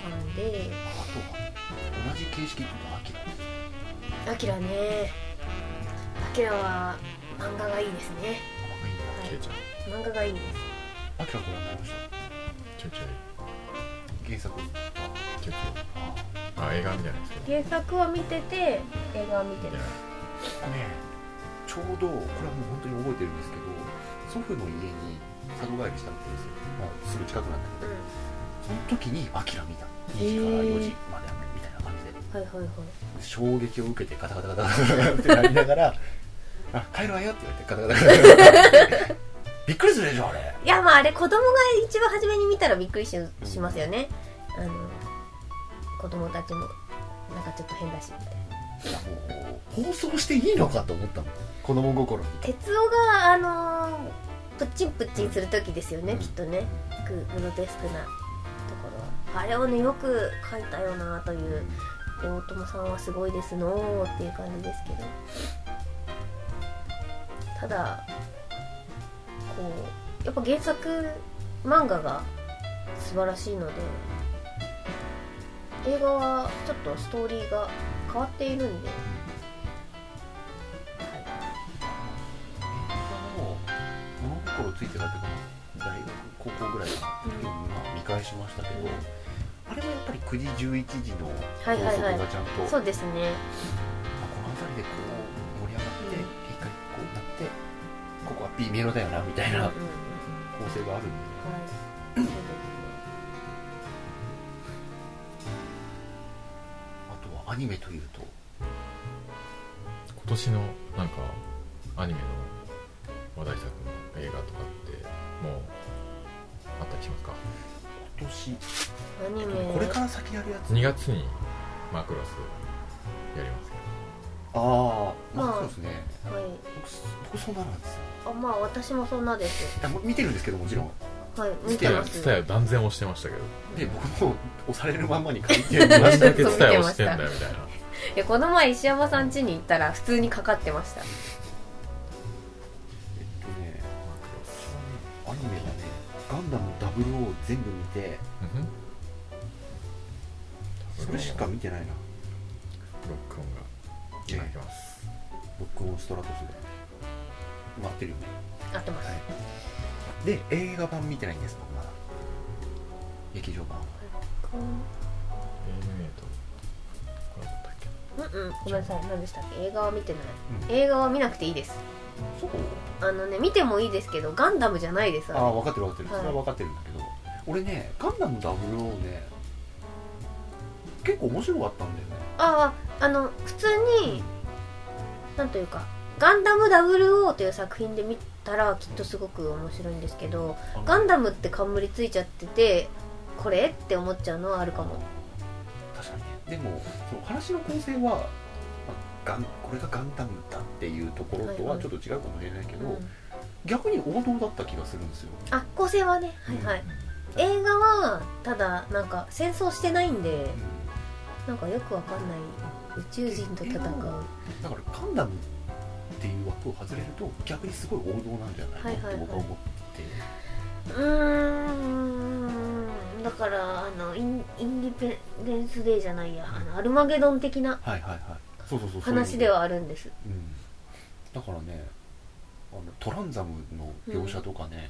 S2: たんで
S1: あとは同じ形式ってことは秋だね
S2: 「アキラねアキラは漫画がいいですね
S1: あいいな
S3: 消えちゃう
S2: 漫画がいいです
S1: 秋はご覧になりました
S3: ちょいちょい
S1: 原作あ
S3: ちょいちょい
S1: あ
S3: あ映画みたいなやつ
S2: 原作は見てて映画は見てない
S1: 僕ねちょうどこれはもう本当に覚えてるんですけど祖父の家に里帰りしたわけですよ、まあ、すぐ近くなんだけ
S2: う
S1: ど
S2: ん
S1: その時に「アキラ見た2時から4時までみたいな感じで
S2: はいはいはい
S1: 衝撃を受けてガタガタガタガタガタってなりながら「あ帰るわよ」って言われてガタガタガタガタってびっくりするでしょあれ
S2: いやまああれ子供が一番初めに見たらびっくりししますよねあの子供たちもなんかちょっと変だしみたいない
S1: やもう放送していいのかと思ったの子供心に
S2: 哲夫があのプッチンプッチンする時ですよね、
S1: うん
S2: きっとねググロテスクなところあれをねよく描いたよなというで大友さんはすごいですのーっていう感じですけどただこうやっぱ原作漫画が素晴らしいので映画はちょっとストーリーが変わっているんで、はい
S1: もう物心ついてたっていうか大学高校ぐらいの時にまあ見返しましたけど、あれはやっぱり9時11時の
S2: はいはいはい
S1: 放送がちゃんと、
S2: そうですね
S1: あこの辺りでこう盛り上がって一回こうなってここは B メロだよなみたい
S2: うんうん
S1: な
S2: うん
S1: 構成がある
S2: はいそう
S1: んで
S2: ですね
S1: あとはアニメというと
S3: 今年のなんかアニメの話題作の映画とかってもうあったりしますか
S1: 今
S2: ア
S1: 年
S2: ニメ
S1: これから先やるやつ
S3: 2月にマクロスやりますけ
S1: ああま
S2: まあ
S1: あそうですね
S2: はい
S1: 僕僕そんななんですよ
S2: あまあ私もそんなです
S1: いやもう見てるんですけどもちろん
S2: はい見て
S3: ど
S2: ま
S3: ツ
S2: す
S3: タヤ断然押してましたけど
S1: で僕も押されるまんまに借りてま
S3: マ
S1: し
S3: ジ
S1: た
S3: だ
S1: け
S3: け
S1: ど
S2: そう
S3: ツタヤ押してんだよみたいない
S2: やこの前石山さん家に行ったら普通にかかってました
S1: えっとね
S3: マ
S1: ア
S3: クロス
S1: ニメはねガンダム00を全部見て
S3: うんふん
S1: それしか見てないな
S3: ロックオンがいただきます
S1: 僕もストラトスで待ってるよね
S2: 合ってます
S1: で映画版見てないんです僕まだ劇場版は
S2: こ
S3: ANA とコラボだったっけ
S2: うんうんごめんなさい何でしたっけ映画は見てない、
S1: う
S2: 映画は見なくていいです
S1: そう
S2: あのね見てもいいですけどガンダムじゃないです
S1: ああ
S2: あ
S1: 分かってる分かってるそれは分かってるんだけど、俺ねガンダム W をね結構面白かったんだよね
S2: ああの普通になんというか「ガンダム WO」という作品で見たらきっとすごく面白いんですけど
S1: あの
S2: ガンダムって冠ついちゃっててこれって思っちゃうのはあるかも
S1: 確かにねでもそう話の構成は、まあガンこれがガンダムだっていうところと
S2: はいは
S1: はいちょっと違うかもしれないけど、
S2: うん
S1: 逆に王道だった気がするんですよ
S2: あ構成はねはいはい、映画はただなんか戦争してないんでなんかよくわかんない宇宙人と戦うは
S1: だからガンダムっていう枠を外れると逆にすごい王道なんじゃないのって僕は思って、
S2: うーんだからあのインインディペンデンス・デーじゃないやあのアルマゲドン的な
S1: はいはいはいそうそうそうそういう
S2: 話ではあるんです
S1: うんだからねあのトランザムの描写とかね、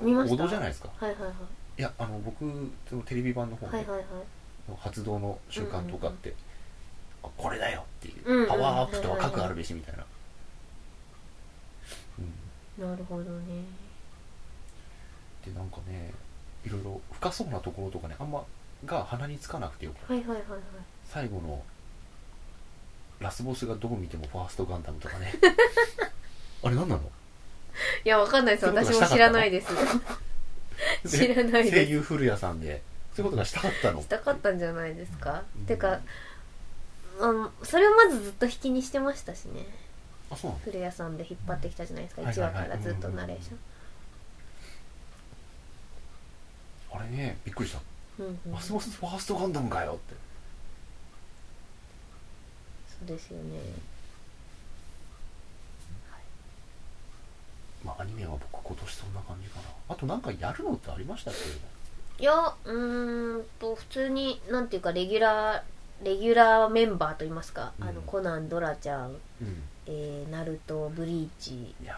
S2: 見ました
S1: 王道じゃないですか
S2: はいはいはい
S1: いやあの僕そのテレビ版の方で、
S2: はいはいはい
S1: 発動の習慣とかって、あこれだよっていう、
S2: うんうん
S1: パワーアップとは核あるべしみたいな、うん、
S2: なるほどね
S1: でなんかねいろいろ深そうなところとかねあんまが鼻につかなくてよく
S2: はいはいはいはい
S1: 最後のラスボスがどう見てもファーストガンダム とかねあれ何なの
S2: いやわかんないです
S1: そういうこと
S2: 私
S1: がし
S2: も
S1: たかったの
S2: 知らないです 知
S1: で
S2: らない
S1: 声
S2: です
S1: 優古谷さんでそういうことがしたかったの
S2: したかったんじゃないですか、
S1: うん
S2: てかうんそれをまずずっと引きにしてましたしね
S1: あそうなの
S2: 古谷さんで引っ張ってきたじゃないですか
S1: はい
S2: 1
S1: はいは
S2: 話
S1: い
S2: からずっとナレーシ
S1: あれねびっくりした、
S2: ョンうんうん
S1: ラス
S2: そう
S1: ボスファーストガンダムかよって
S2: ですよね
S1: まあアニメは僕今年そんな感じかなあとなんかやるのってありましたっけ
S2: いやうーんと普通になんていうかレギュラーレギュラーメンバーといいますか、あの
S1: うん
S2: コナンドラちゃん、
S1: うん
S2: えー、ナルトブリーチ
S1: いや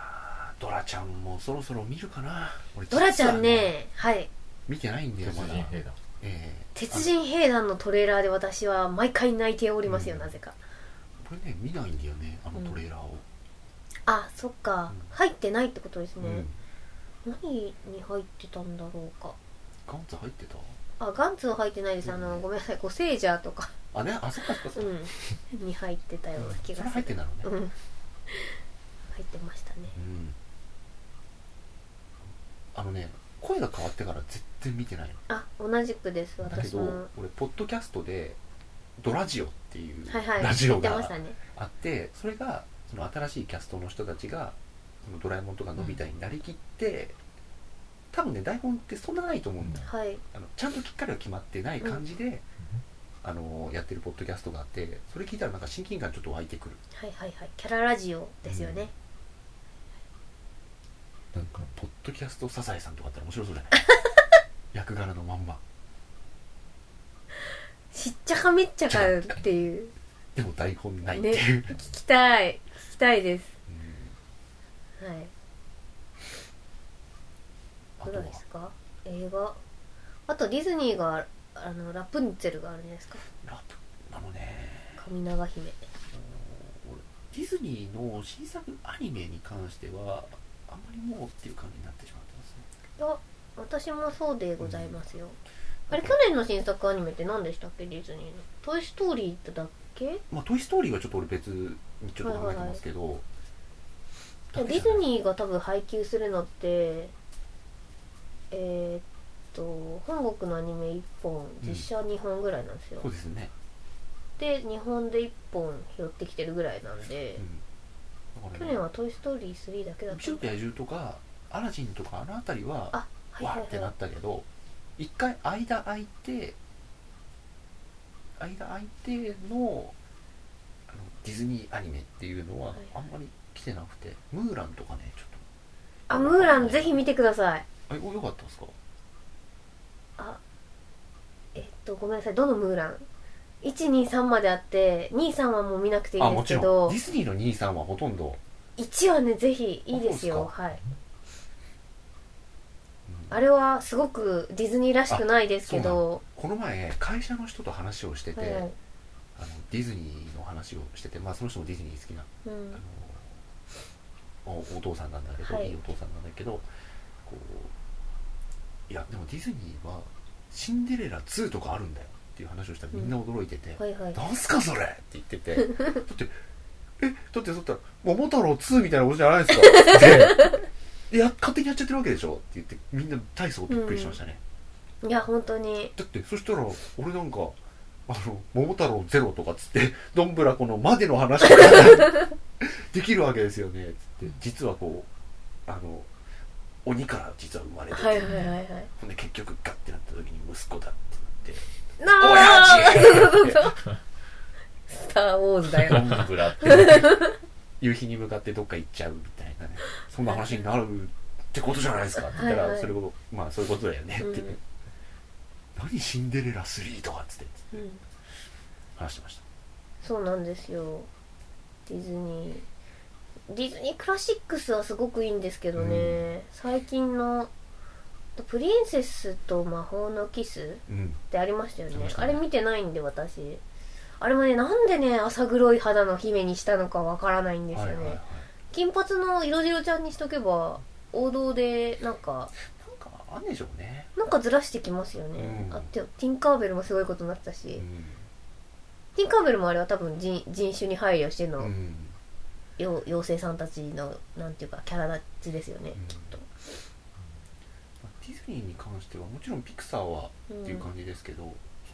S1: ードラちゃんもそろそろ見るかな俺
S2: ドラちゃんねはい
S1: 見てないんだよ
S3: 鉄
S1: まだ
S3: 人兵団
S1: ええ
S2: 鉄人兵団のトレーラーで私は毎回泣いておりますよ、
S1: うん
S2: なぜか
S1: あこれね見ないんだよねあのトレーラーを、
S2: あそっか、
S1: うん
S2: 入ってないってことです
S1: う
S2: ね、何に入ってたんだろうか
S1: ガンツ入ってた
S2: あガンツは入ってないですあの、
S1: うん
S2: ごめんなさいゴセージャーとか
S1: あねあそっかそっかそっ
S2: う
S1: か、
S2: んに入ってたような気
S1: そ
S2: が
S1: れ
S2: す
S1: 入
S2: る
S1: ってんだろうね、
S2: うん入ってましたね
S1: うんあのね声が変わってから全然見てないの
S2: あ同じくです
S1: だけ
S2: 私
S1: ど
S2: も
S1: 俺ポッドキャストでドラジオっていう
S2: はいはい
S1: ラジオ
S2: 入って
S1: が
S2: ましたね
S1: あって、それがその新しいキャストの人たちがそのドラえもんとかのび太になりきって、多分ね台本ってそんなないと思うんだよ、
S2: はい
S1: あのちゃんときっかりは決まってない感じで、あのやってるポッドキャストがあってそれ聞いたらなんか親近感ちょっと湧いてくる
S2: はいはいはいキャララジオですよね、
S1: なんかポッドキャストサザエさんとかあったら面白そう じゃない役柄のまんま
S2: しっちゃかめっちゃかっていう
S1: でも台本ないっていう、
S2: 聞きたい聞きたいですはい
S1: あ
S2: ど
S1: と
S2: う
S1: は
S2: ですか映画あとディズニーがあのラプンツェルがあるじゃないですか
S1: ラプあのね
S2: 神長姫
S1: 俺ディズニーの新作アニメに関してはあんまりもうっていう感じになってしまってますね
S2: いや私もそうでございますよ、
S1: うん
S2: あれ去年の新作アニメって何でしたっけディズニーの「トイ・ストーリー」だっけ
S1: まあ「トイ・ストーリー」はちょっと俺別にちょっと考えてますけど、
S2: ディズニーが多分配給するのってえーっと本国のアニメ1本実写2本ぐらいなんですよ、
S1: そうですね、
S2: で日本で1本拾ってきてるぐらいなん
S1: う
S2: で、
S1: ん、だ
S2: 去
S1: からね
S2: 年は「トイ・ストーリー3」だけだっ
S1: 「美
S2: た
S1: 女と野獣」とか「アラジン」とかあの辺りは
S2: あはい
S1: わ
S2: は
S1: ーって
S2: い
S1: な
S2: はい
S1: ったけど一回間空いて間空いてのあのディズニーアニメっていうのは
S2: はいはい
S1: あんまり来てなくて「ムーラン」とかねちょっ
S2: あムーランぜひ見てください
S1: とあれおよかったですか
S2: あえっとごめんなさいどのムーラン123まであって23はもう見なくていい
S1: あ
S2: んで
S1: も
S2: す
S1: ち
S2: け
S1: ろん
S2: ど
S1: ディズニーの兄さんはほとんど、
S2: 1はねぜひいいです
S1: あそ
S2: よ
S1: うです
S2: はい
S1: うん
S2: あれはすごくディズニーらしくないですけど
S1: この前会社の人と話をしてて、
S2: はいはい
S1: あのディズニーの話をしてて、まあ、その人もディズニー好きな
S2: う
S1: あ
S2: ん
S1: のおお父さんなんだけど、、
S2: はいい
S1: いお父さんなんだけどこういやでもディズニーは「シンデレラ2」とかあるんだよっていう話をしたらみんな驚いてて
S2: はいはい
S1: 「なんすかそれ!」って言っててだって「えだってそったら『桃太郎2』みたいなことじゃない ですか」って「いや勝手にやっちゃってるわけでしょ」って言ってみんな大層びっくりしましたね、
S2: いや本当に
S1: だってそしたら俺なんか「あの桃太郎ゼロ」とかっつって「どんぶらこのまでの話」とか できるわけですよねっつって実はこうあの鬼から実は生まれてて、
S2: はいはいはいはい
S1: ほんで結局ガッてなった時に息子だってなって
S2: な
S1: 「おやじ!」
S2: スター・ウォーズだ
S1: ど
S2: よ
S1: んぶらって夕日に向かってどっか行っちゃうみたいなねそんな話になるってことじゃないですかって言った
S2: はい
S1: ら
S2: はい
S1: それをまあそういうことだよねって、
S2: うん
S1: 何シンデレラ3とかっつって
S2: うん
S1: 話してました
S2: そうなんですよディズニーディズニークラシックスはすごくいいんですけどね、
S1: うん
S2: 最近の「プリンセスと魔法のキス」
S1: うん
S2: ってありましたよね
S1: ありました
S2: あ
S1: ね
S2: れ見てないんで私あれもねなんでね朝黒い肌の姫にしたのかわからないんですよね、
S1: はいはいはい、
S2: 金髪の色白ちゃんにしとけば王道でなんか
S1: なんかあんでしょうね、
S2: なんかずらしてきますよね、
S1: うん
S2: あてティンカーベルもすごいことになってたし、
S1: うん
S2: ティンカーベルもあれは多分人人種に配慮しての、
S1: うん
S2: よ妖精さんたちのなんていうかキャラ立ちですよね、
S1: うん
S2: きっと
S1: まあディズニーに関してはもちろんピクサーは
S2: うん
S1: っていう感じですけど、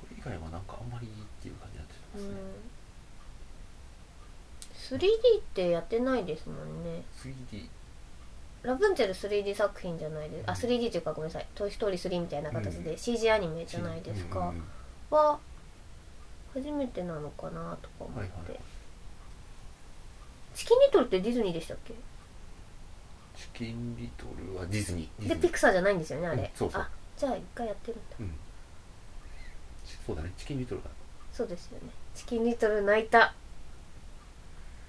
S1: それ以外はなんかあんまりっていう感じになって
S2: う
S1: ま
S2: ん
S1: すね、
S2: 3D ってやってないですもんね
S1: 3D
S2: ラプンツェル 3D 作品じゃないですあ 3D というかごめんなさい「トイ・ストーリー3」みたいな形
S1: う
S2: で CG アニメじゃないですか、
S1: うんうん
S2: は初めてなのかなとか思って、
S1: はいはい
S2: チキンリトルってディズニーでしたっけ
S1: チキンリトルはディズニー
S2: でピクサーじゃないんですよねあれ、
S1: うんそうそう
S2: あじゃあ一回やってるんだ
S1: うんそうだねチキンリトルが
S2: そうですよねチキンリトル泣いた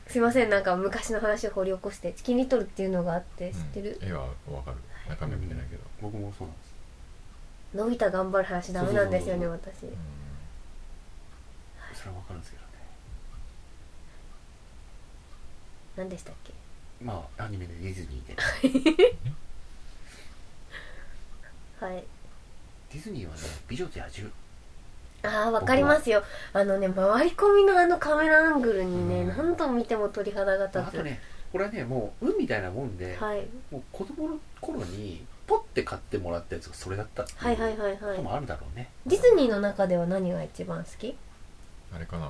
S2: すいませんなんか昔の話を掘り起こしてチキンリトルっていうのがあって知ってる、
S3: うん絵はわかる中身は見てないけど、
S1: 僕もそうなんです
S2: のび太頑張る話ダメなんですよね私
S1: そ
S3: うん
S1: それはわかるんですけどね
S2: 何でしたっけ
S1: まあアニメでディズニーで
S2: はい
S1: ディズニーはね「美女と野獣」
S2: ああわかりますよあのね回り込みのあのカメラアングルにね、
S1: うん
S2: 何度見ても鳥肌が立
S1: あ
S2: つ
S1: とねこれはねもう運みたいなもんで、
S2: はい、
S1: もう子供の頃にポッて買ってもらったやつがそれだったっていう
S2: はいはいはいは
S1: こと
S2: い
S1: もあるだろうね、
S2: ディズニーの中では何が一番好き
S3: あれかな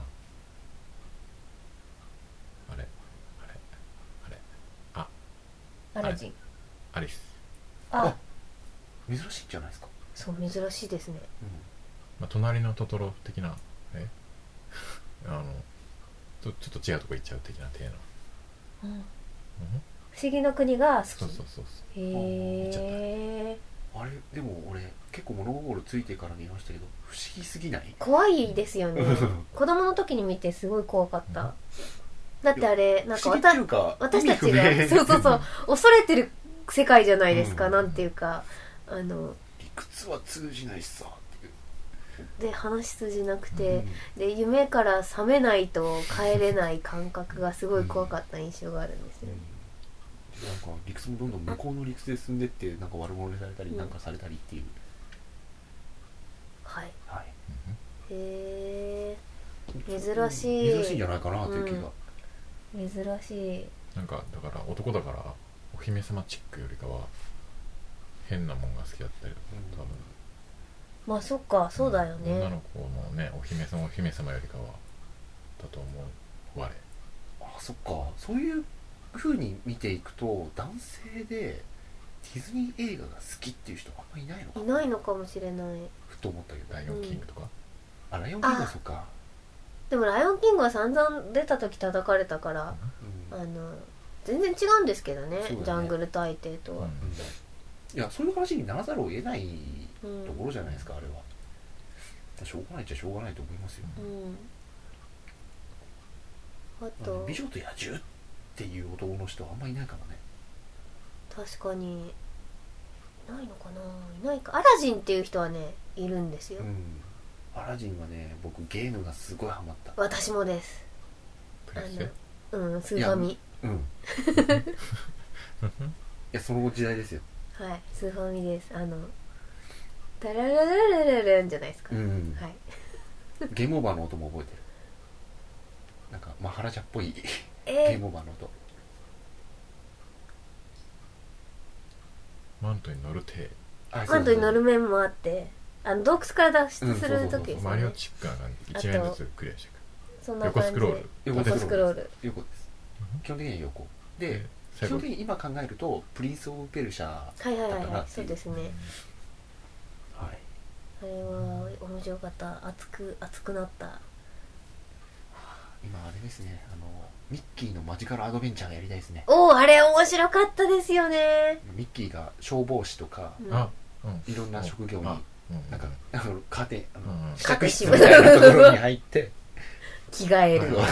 S3: あれ
S2: アラジン
S3: アリス
S2: あ
S1: あ珍しいんじゃないですか、
S2: そう珍しいですね
S3: まあ、隣のトトロ的なえ あのちょちょっと違うとこ行っちゃう的な体の、
S2: うん
S3: うん
S2: 不思議の国が好
S3: そうそうそうそ
S2: きへ
S3: 見ちゃっ
S2: え
S1: あれでも俺結構物心ついてから見ましたけど不思議すぎない
S2: 怖いですよね
S1: うん
S2: 子供の時に見てすごい怖かった、
S3: うん
S2: だってあれなん
S1: 不
S2: か
S1: 思議
S2: わた
S1: っていうか
S2: 私たち
S1: 意味
S2: が
S1: 不明
S2: そうそうそう恐れてる世界じゃないですか、
S1: うん
S2: なんていうかあの
S1: 理屈は通じないしさってい
S2: で
S1: う
S2: 話通じなくて、で夢から覚めないと帰れない感覚がすごい怖かった印象があるんです
S1: うん
S2: ね、
S1: でなんか理屈もどんどん向こうの理屈で進んでってなんか悪者にされたり
S2: うん
S1: なんかされたりっていう、
S2: はい
S1: はい、
S2: へえ珍しい
S1: 珍しいんじゃないかなという気が、
S2: 珍しい
S3: なんかだから男だからお姫様チックよりかは変なもんが好きだったりとか多分
S2: まあそっかそうだよね、
S3: 女の子のねお姫様お姫様よりかはだと思う我
S1: あそっかそういう風に見ていくと男性でディズニー映画が好きっていう人あんまいないのか
S2: いないのかもしれない
S1: ふと思ったけど
S3: ライオンキングとか、
S1: あライオンキングはそっか
S2: でも「ライオンキング」は散々出た時叩かれたから
S1: うん
S2: あの全然違うんですけどね
S1: そうだね
S2: ジャングル大帝と
S3: う
S2: は、
S3: ん
S1: いやそういう話にならざるを得ない
S2: うん
S1: ところじゃないですか、あれはしょうがないっちゃしょうがないと思いますよ、
S2: うんあ
S1: あの
S2: と
S1: 美女と野獣っていう男の人はあんまいないからね
S2: 確かにないのかないないかアラジンっていう人はねいるんですよ、
S1: うんアラジンはね僕ゲームがすごいハマった
S2: 私もです
S3: プレステ
S2: うんスーファミ
S1: うんいやその時代ですよ
S2: はいスーファミですあのタラララララランじゃないですか、
S1: うん
S2: はい
S1: ゲームオーバーの音も覚えてるなんかマハラジャっぽいゲー
S2: え
S1: ムオーバーの音
S3: マントに乗る手
S1: あ
S2: マントに乗る
S1: そう
S2: 面もあってあの洞窟から脱
S1: うん
S2: 出する
S1: そうそうそう
S2: 時ですよ
S3: マリオ
S2: ね
S3: チックな感じ
S2: あと
S3: 一面ずつクリアしてい
S2: そん
S3: く
S2: な
S3: 横
S2: 感
S3: ス
S2: じ
S3: クロール
S1: 横
S2: 横スクロール
S1: 横です基本的には横で
S3: で
S1: 基
S3: 最後
S1: 本的に今考えるとプリンス・オブ・ペルシャー
S2: はいはいはい
S1: だか
S2: は
S1: ら
S2: いそうですね
S1: は
S2: あ
S1: い
S2: れは面白かった熱く熱くなった
S1: 今あれですねあのミッキーのマジカルアドベンチャーがやりたいですね
S2: おおあれ面白かったですよね、
S1: ミッキーが消防士とか
S2: うん、
S3: あうん
S1: いろんな職業に
S3: あうん
S1: なんかあのカーテンあの、
S3: うん
S1: 四角い室みたいなところに入って
S2: 着替
S3: は
S2: え
S3: いはい
S2: る
S3: はい
S2: は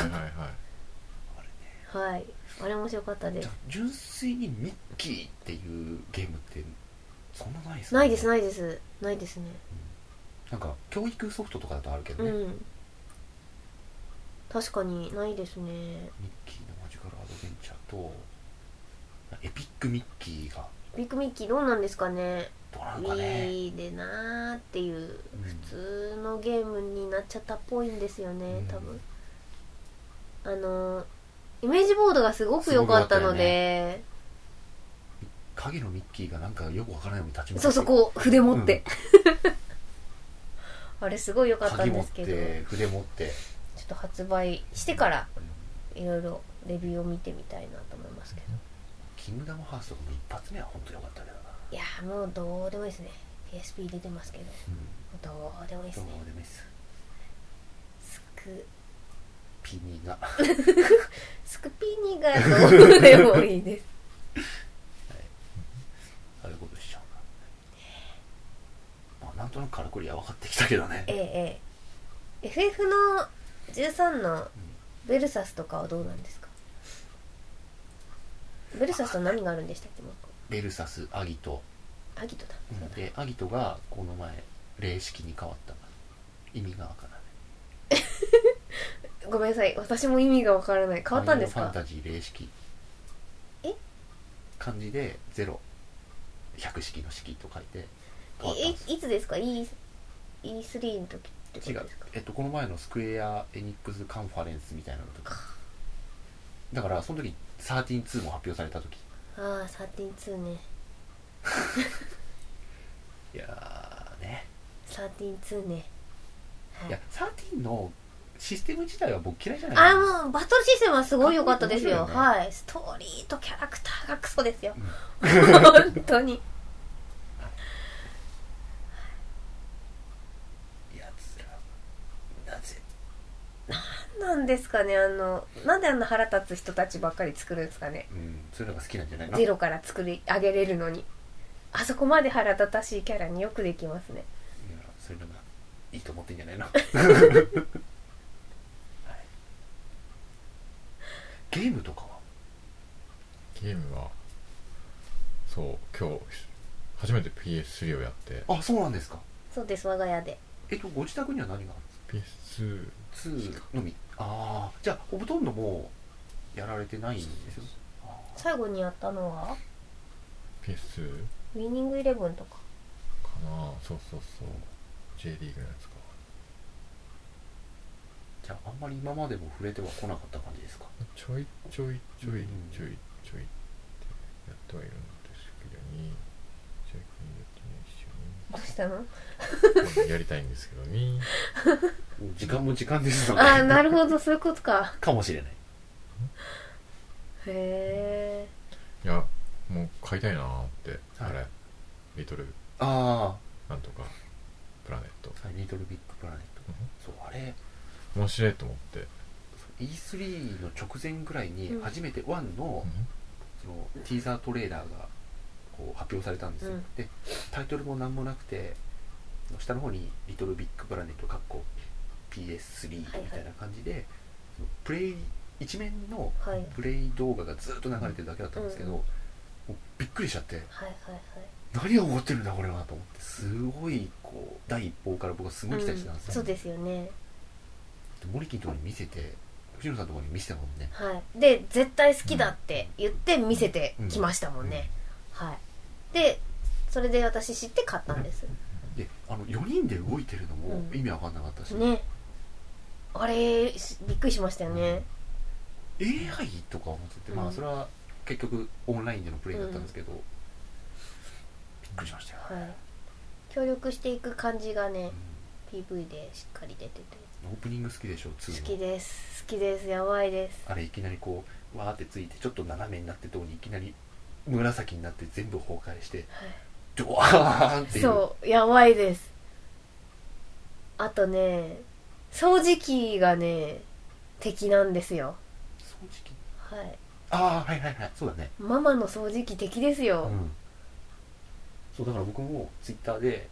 S3: はい
S2: いあれ面白かったで
S1: じゃ
S2: す
S1: あ純粋にミッキーっていうゲームってそんなないです
S2: ないです
S1: ね
S2: ないですないですね
S1: なんか教育ソフトとかだとあるけど
S2: う
S1: ね、
S2: ん確かにないですね
S1: ミッキーのマジカルアドベンチャーとエピックミッキーが
S2: ビッグミッキーどうなんですかね
S1: どうなのかね
S2: Wii でなーっていう
S1: うん
S2: 普通のゲームになっちゃったっぽいんですよね
S1: うん
S2: 多分あのーイメージボードがすごく良かったので
S1: 影のミッキーがなんかよくわからないように立ち向か
S2: そう
S1: って
S2: そうこう筆持って、あれすごい良かった
S1: 鍵
S2: んで
S1: 持っ
S2: すけどちょ
S1: て筆持って
S2: っと発売してからいろいろレビューを見てみたいなと思いますけど
S1: キングダムハーツとかも一発目は本当良かったけどな、
S2: いやーもうどうでもいいですね PSP 出てますけどどうでもいいです
S1: どう
S2: ね
S1: でもいいです
S2: スク
S1: ピニーが
S2: スクピーニがどうでもいいです
S1: ああいうことしちゃうな、まあ、なんとなくからくりは分かってきたけどね
S2: ええええ FF の13のベルサスとかはどうなんですかベルサスと何があるんでしたっけもう一
S1: ベルサスアギト
S2: 個アギトだそうだ
S1: でアギトがこの前霊式に変わった意味がわからない
S2: ごめんなさい私も意味がわからない変わったんです
S1: ファイナル
S2: か
S1: ファンタジー霊式
S2: え
S1: 漢字で0 100式の式と書いて変わったんです
S2: いいつですか E- E3 の時ってこと
S1: 違う
S2: ですか、
S1: えっと、この前のスクエア・エニックス・カンファレンスみたいなのとかだからその時132も発表された時
S2: ああ132ね
S1: いやーね
S2: 132ねはい
S1: いや13のシステム自体は僕嫌いじゃない
S2: あーもうバトルシステムはすごい良かったですよ
S1: かっこいい面白い
S2: はいストーリーとキャラクターがクソですよ、 本当に
S1: うやつらなぜ
S2: なんですかねあのなんであんな腹立つ人たちばっかり作るんですかね
S1: うんそういうのが好きなんじゃないの
S2: ゼロから作り上げれるのにあそこまで腹立たしいキャラによくできますね
S1: いやそういうのがいいと思ってんじゃないの、 はい、ゲームとかは
S3: ゲームはそう今日初めて PS3 をやって
S1: あそうなんですか
S2: そうです我が家で
S1: えっとご自宅には何があるんですか
S3: PS2
S1: 2のみああじゃあほとんどもうやられてないんですよあ
S2: 最後にやったのは
S3: PS2
S2: ウィニングイレブンとか
S3: かなそうそうそう J リーグのやつか
S1: ーじゃああんまり今までも触れては来なかった感じですか
S3: ちょいちょいち
S1: うん
S3: ょいちょいちょいってやってはいるんですけどに最近
S2: どうしたの
S3: やってないしにやりたいんですけどに
S1: 時間も時間ですの
S2: ああなるほどそういうことか
S1: かもしれない
S2: へえ
S3: いやもう買いたいなーってあれリトル
S1: あ
S3: なんとかプラネット
S1: あリトルビッグプラネットそうあれ
S3: 面白いと思って、
S1: そう E3 の直前ぐらいに
S2: うん
S1: 初めて1のそのティーザートレーラーがこう発表されたんです
S2: う
S1: よ、
S2: ん
S1: でタイトルも何もなくて下の方に「リトルビッグプラネット」かっこ PS3 み
S2: はいはい
S1: たいな感じで、そのプレイ一面の
S2: はいはい
S1: プレイ動画がずっと流れてるだけだったんですけど、
S2: うん
S1: もうびっくりしちゃって
S2: はいはい
S1: 何が起こってるんだこれはと思ってすごいこう第一報から僕はすごい期待してたんですよ、
S2: そうですよね
S1: でモリキンとこに見せて藤野さんのとこに見せたもんね
S2: はい、で絶対好きだって言って見せてきましたもんね、はいでそれで私知って買ったんです、
S1: であの4人で動いてるのも
S2: うん
S1: 意味わかんなかったし、
S2: ねあれしびっくりしましたよね
S1: AI とか思ってて、ま
S2: う
S1: あ
S2: ん
S1: それは結局オンラインでのプレイだったんですけど、びっくりしましたよ、
S2: はい協力していく感じがね
S1: う
S2: PV でしっかり出てて
S1: んオープニング好きでしょ2の
S2: 好きです好きですやばいです
S1: あれいきなりこうわーってついてちょっと斜めになってとこにいきなり紫になって全部崩壊して
S2: はい
S1: ドワーンっていう
S2: そうやばいですあとね掃除機がね敵なんですよ
S1: 掃除機
S2: はい
S1: ああはいはいはいそうだね
S2: ママの掃除機敵ですよ、
S1: うんそうだから僕もツイッターで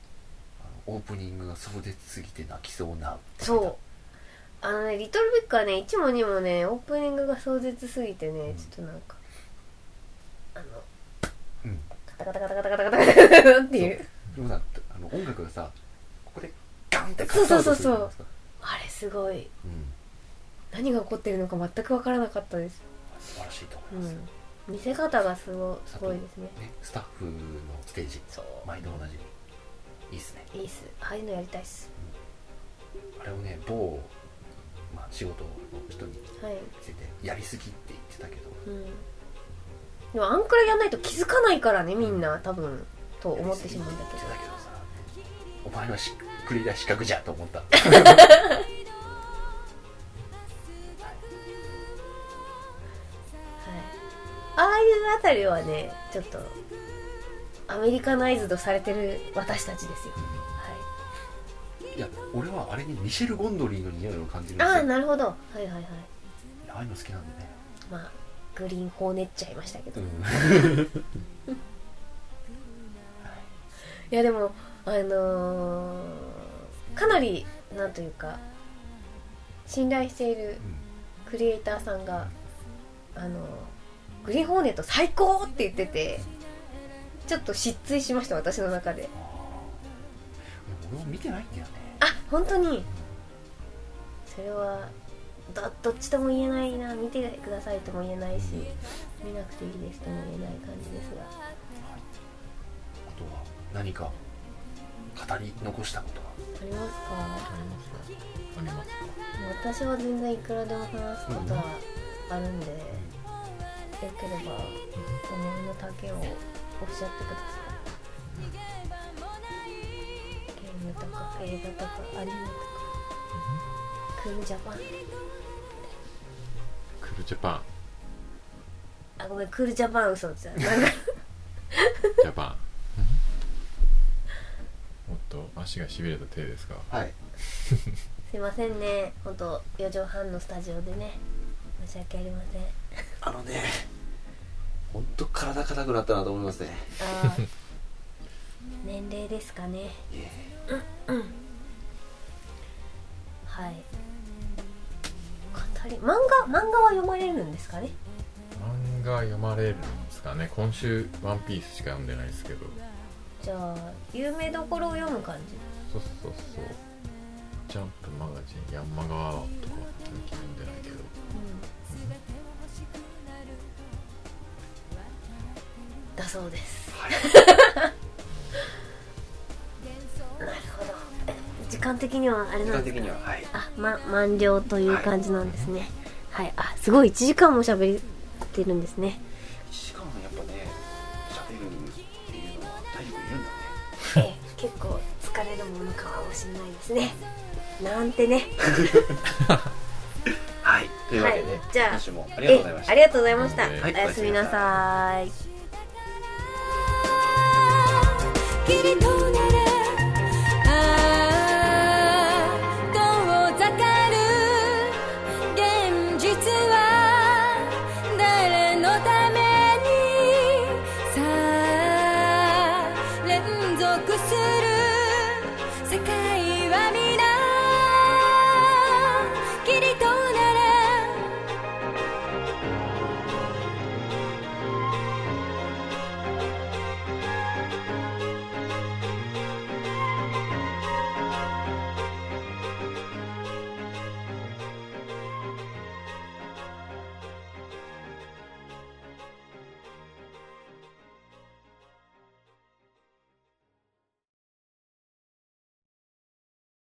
S1: あのオープニングが壮絶すぎて泣きそうな
S2: そうあのね「リトルビッグ」はね1も2もねオープニングが壮絶すぎてね、
S1: うん
S2: ちょっとなんかあの
S1: う、うん、
S2: カタカタカタカタカタカタカタっていう
S1: でもさあの音楽がさここでガンって
S2: そうそうそうそう
S1: カットアウトするじゃないですか
S2: あれすごい
S1: うん
S2: 何が起こってるのか全く分からなかったです、
S1: 素晴らしいと思いうます、
S2: ん、見せ方がすごすごいですね
S1: ね、スタッフのステージ
S2: そう
S1: 毎度同じいいっすね
S2: いいっすああいうのやりたいっす
S1: あれをね某、まあ、仕事の人に
S2: はい、
S1: 見せてやりすぎって言ってたけど
S2: うん、でもあんくらいやんないと気づかないからねみんな多分と思ってしまうんだけど
S1: やりすぎって言ってたけどさお前はしっくりだ資格じゃと思った
S2: はい、ああいうあたりはねちょっとアメリカナイズドされてる私たちですよ、はい
S1: や俺はあれにミシェル・ゴンドリーの匂いを感じるん
S2: い、ああ
S1: ですよ
S2: なるほどはいはいはい
S1: ああいうの好きなんでね
S2: まあグリーン放ねっちゃいましたけど、いやでもあのーかなりなんというか信頼しているクリエイターさんが、あのーグリーンホーネット最高って言っててちょっと失墜しました私の中で
S1: あーでも俺も見てないんだよね
S2: あ本当にそれはどどっちとも言えないな見てくださいとも言えないし見なくていいですとも言えない感じですが
S1: あとは何か語り残したことは
S2: ありますか
S3: ありますかありますか
S2: 私は全然いくらでも話すことはあるんで、よければ思いの丈をおっしゃってくださいゲームとか映画とかアニメとかクールジャパン
S3: クールジャパン
S2: あごめんクールジャパン嘘つなんか
S3: ジャパンおっと足がしびれた手ですか
S1: はい
S2: すいませんね本当4畳半のスタジオでね申し訳ありません
S1: あのね本当体硬くなったなと思いますね
S2: あー年齢ですかね
S1: いえ
S2: はい語り漫画漫画は読まれるんですかね
S3: 漫画読まれるんですかね今週「ワンピースしか読んでないですけど
S2: じゃあ有名どころを読む感じ
S3: そうそうそう「ジャンプマガジン」「ヤンマガワー」とか最近読んでないけど
S2: だそうです、 なるほどえ時間的にはあれ
S1: 時
S2: な
S1: 間
S2: んです
S1: 的
S2: か
S1: にははい
S2: あ、ま、満了という感じなんですねはい、あすごい1時間も喋ってるんです ね
S1: しかもやっぱね喋るっていうのは体力いるんだね
S2: ええ結構疲れるものかもしれないですねなんてね
S1: はいというわけで、
S2: はいじゃあ
S1: 今週もありがとうございまし
S2: え
S1: た
S2: ありがとうございました、
S3: はい
S2: おやすみなさい
S4: 「切り取る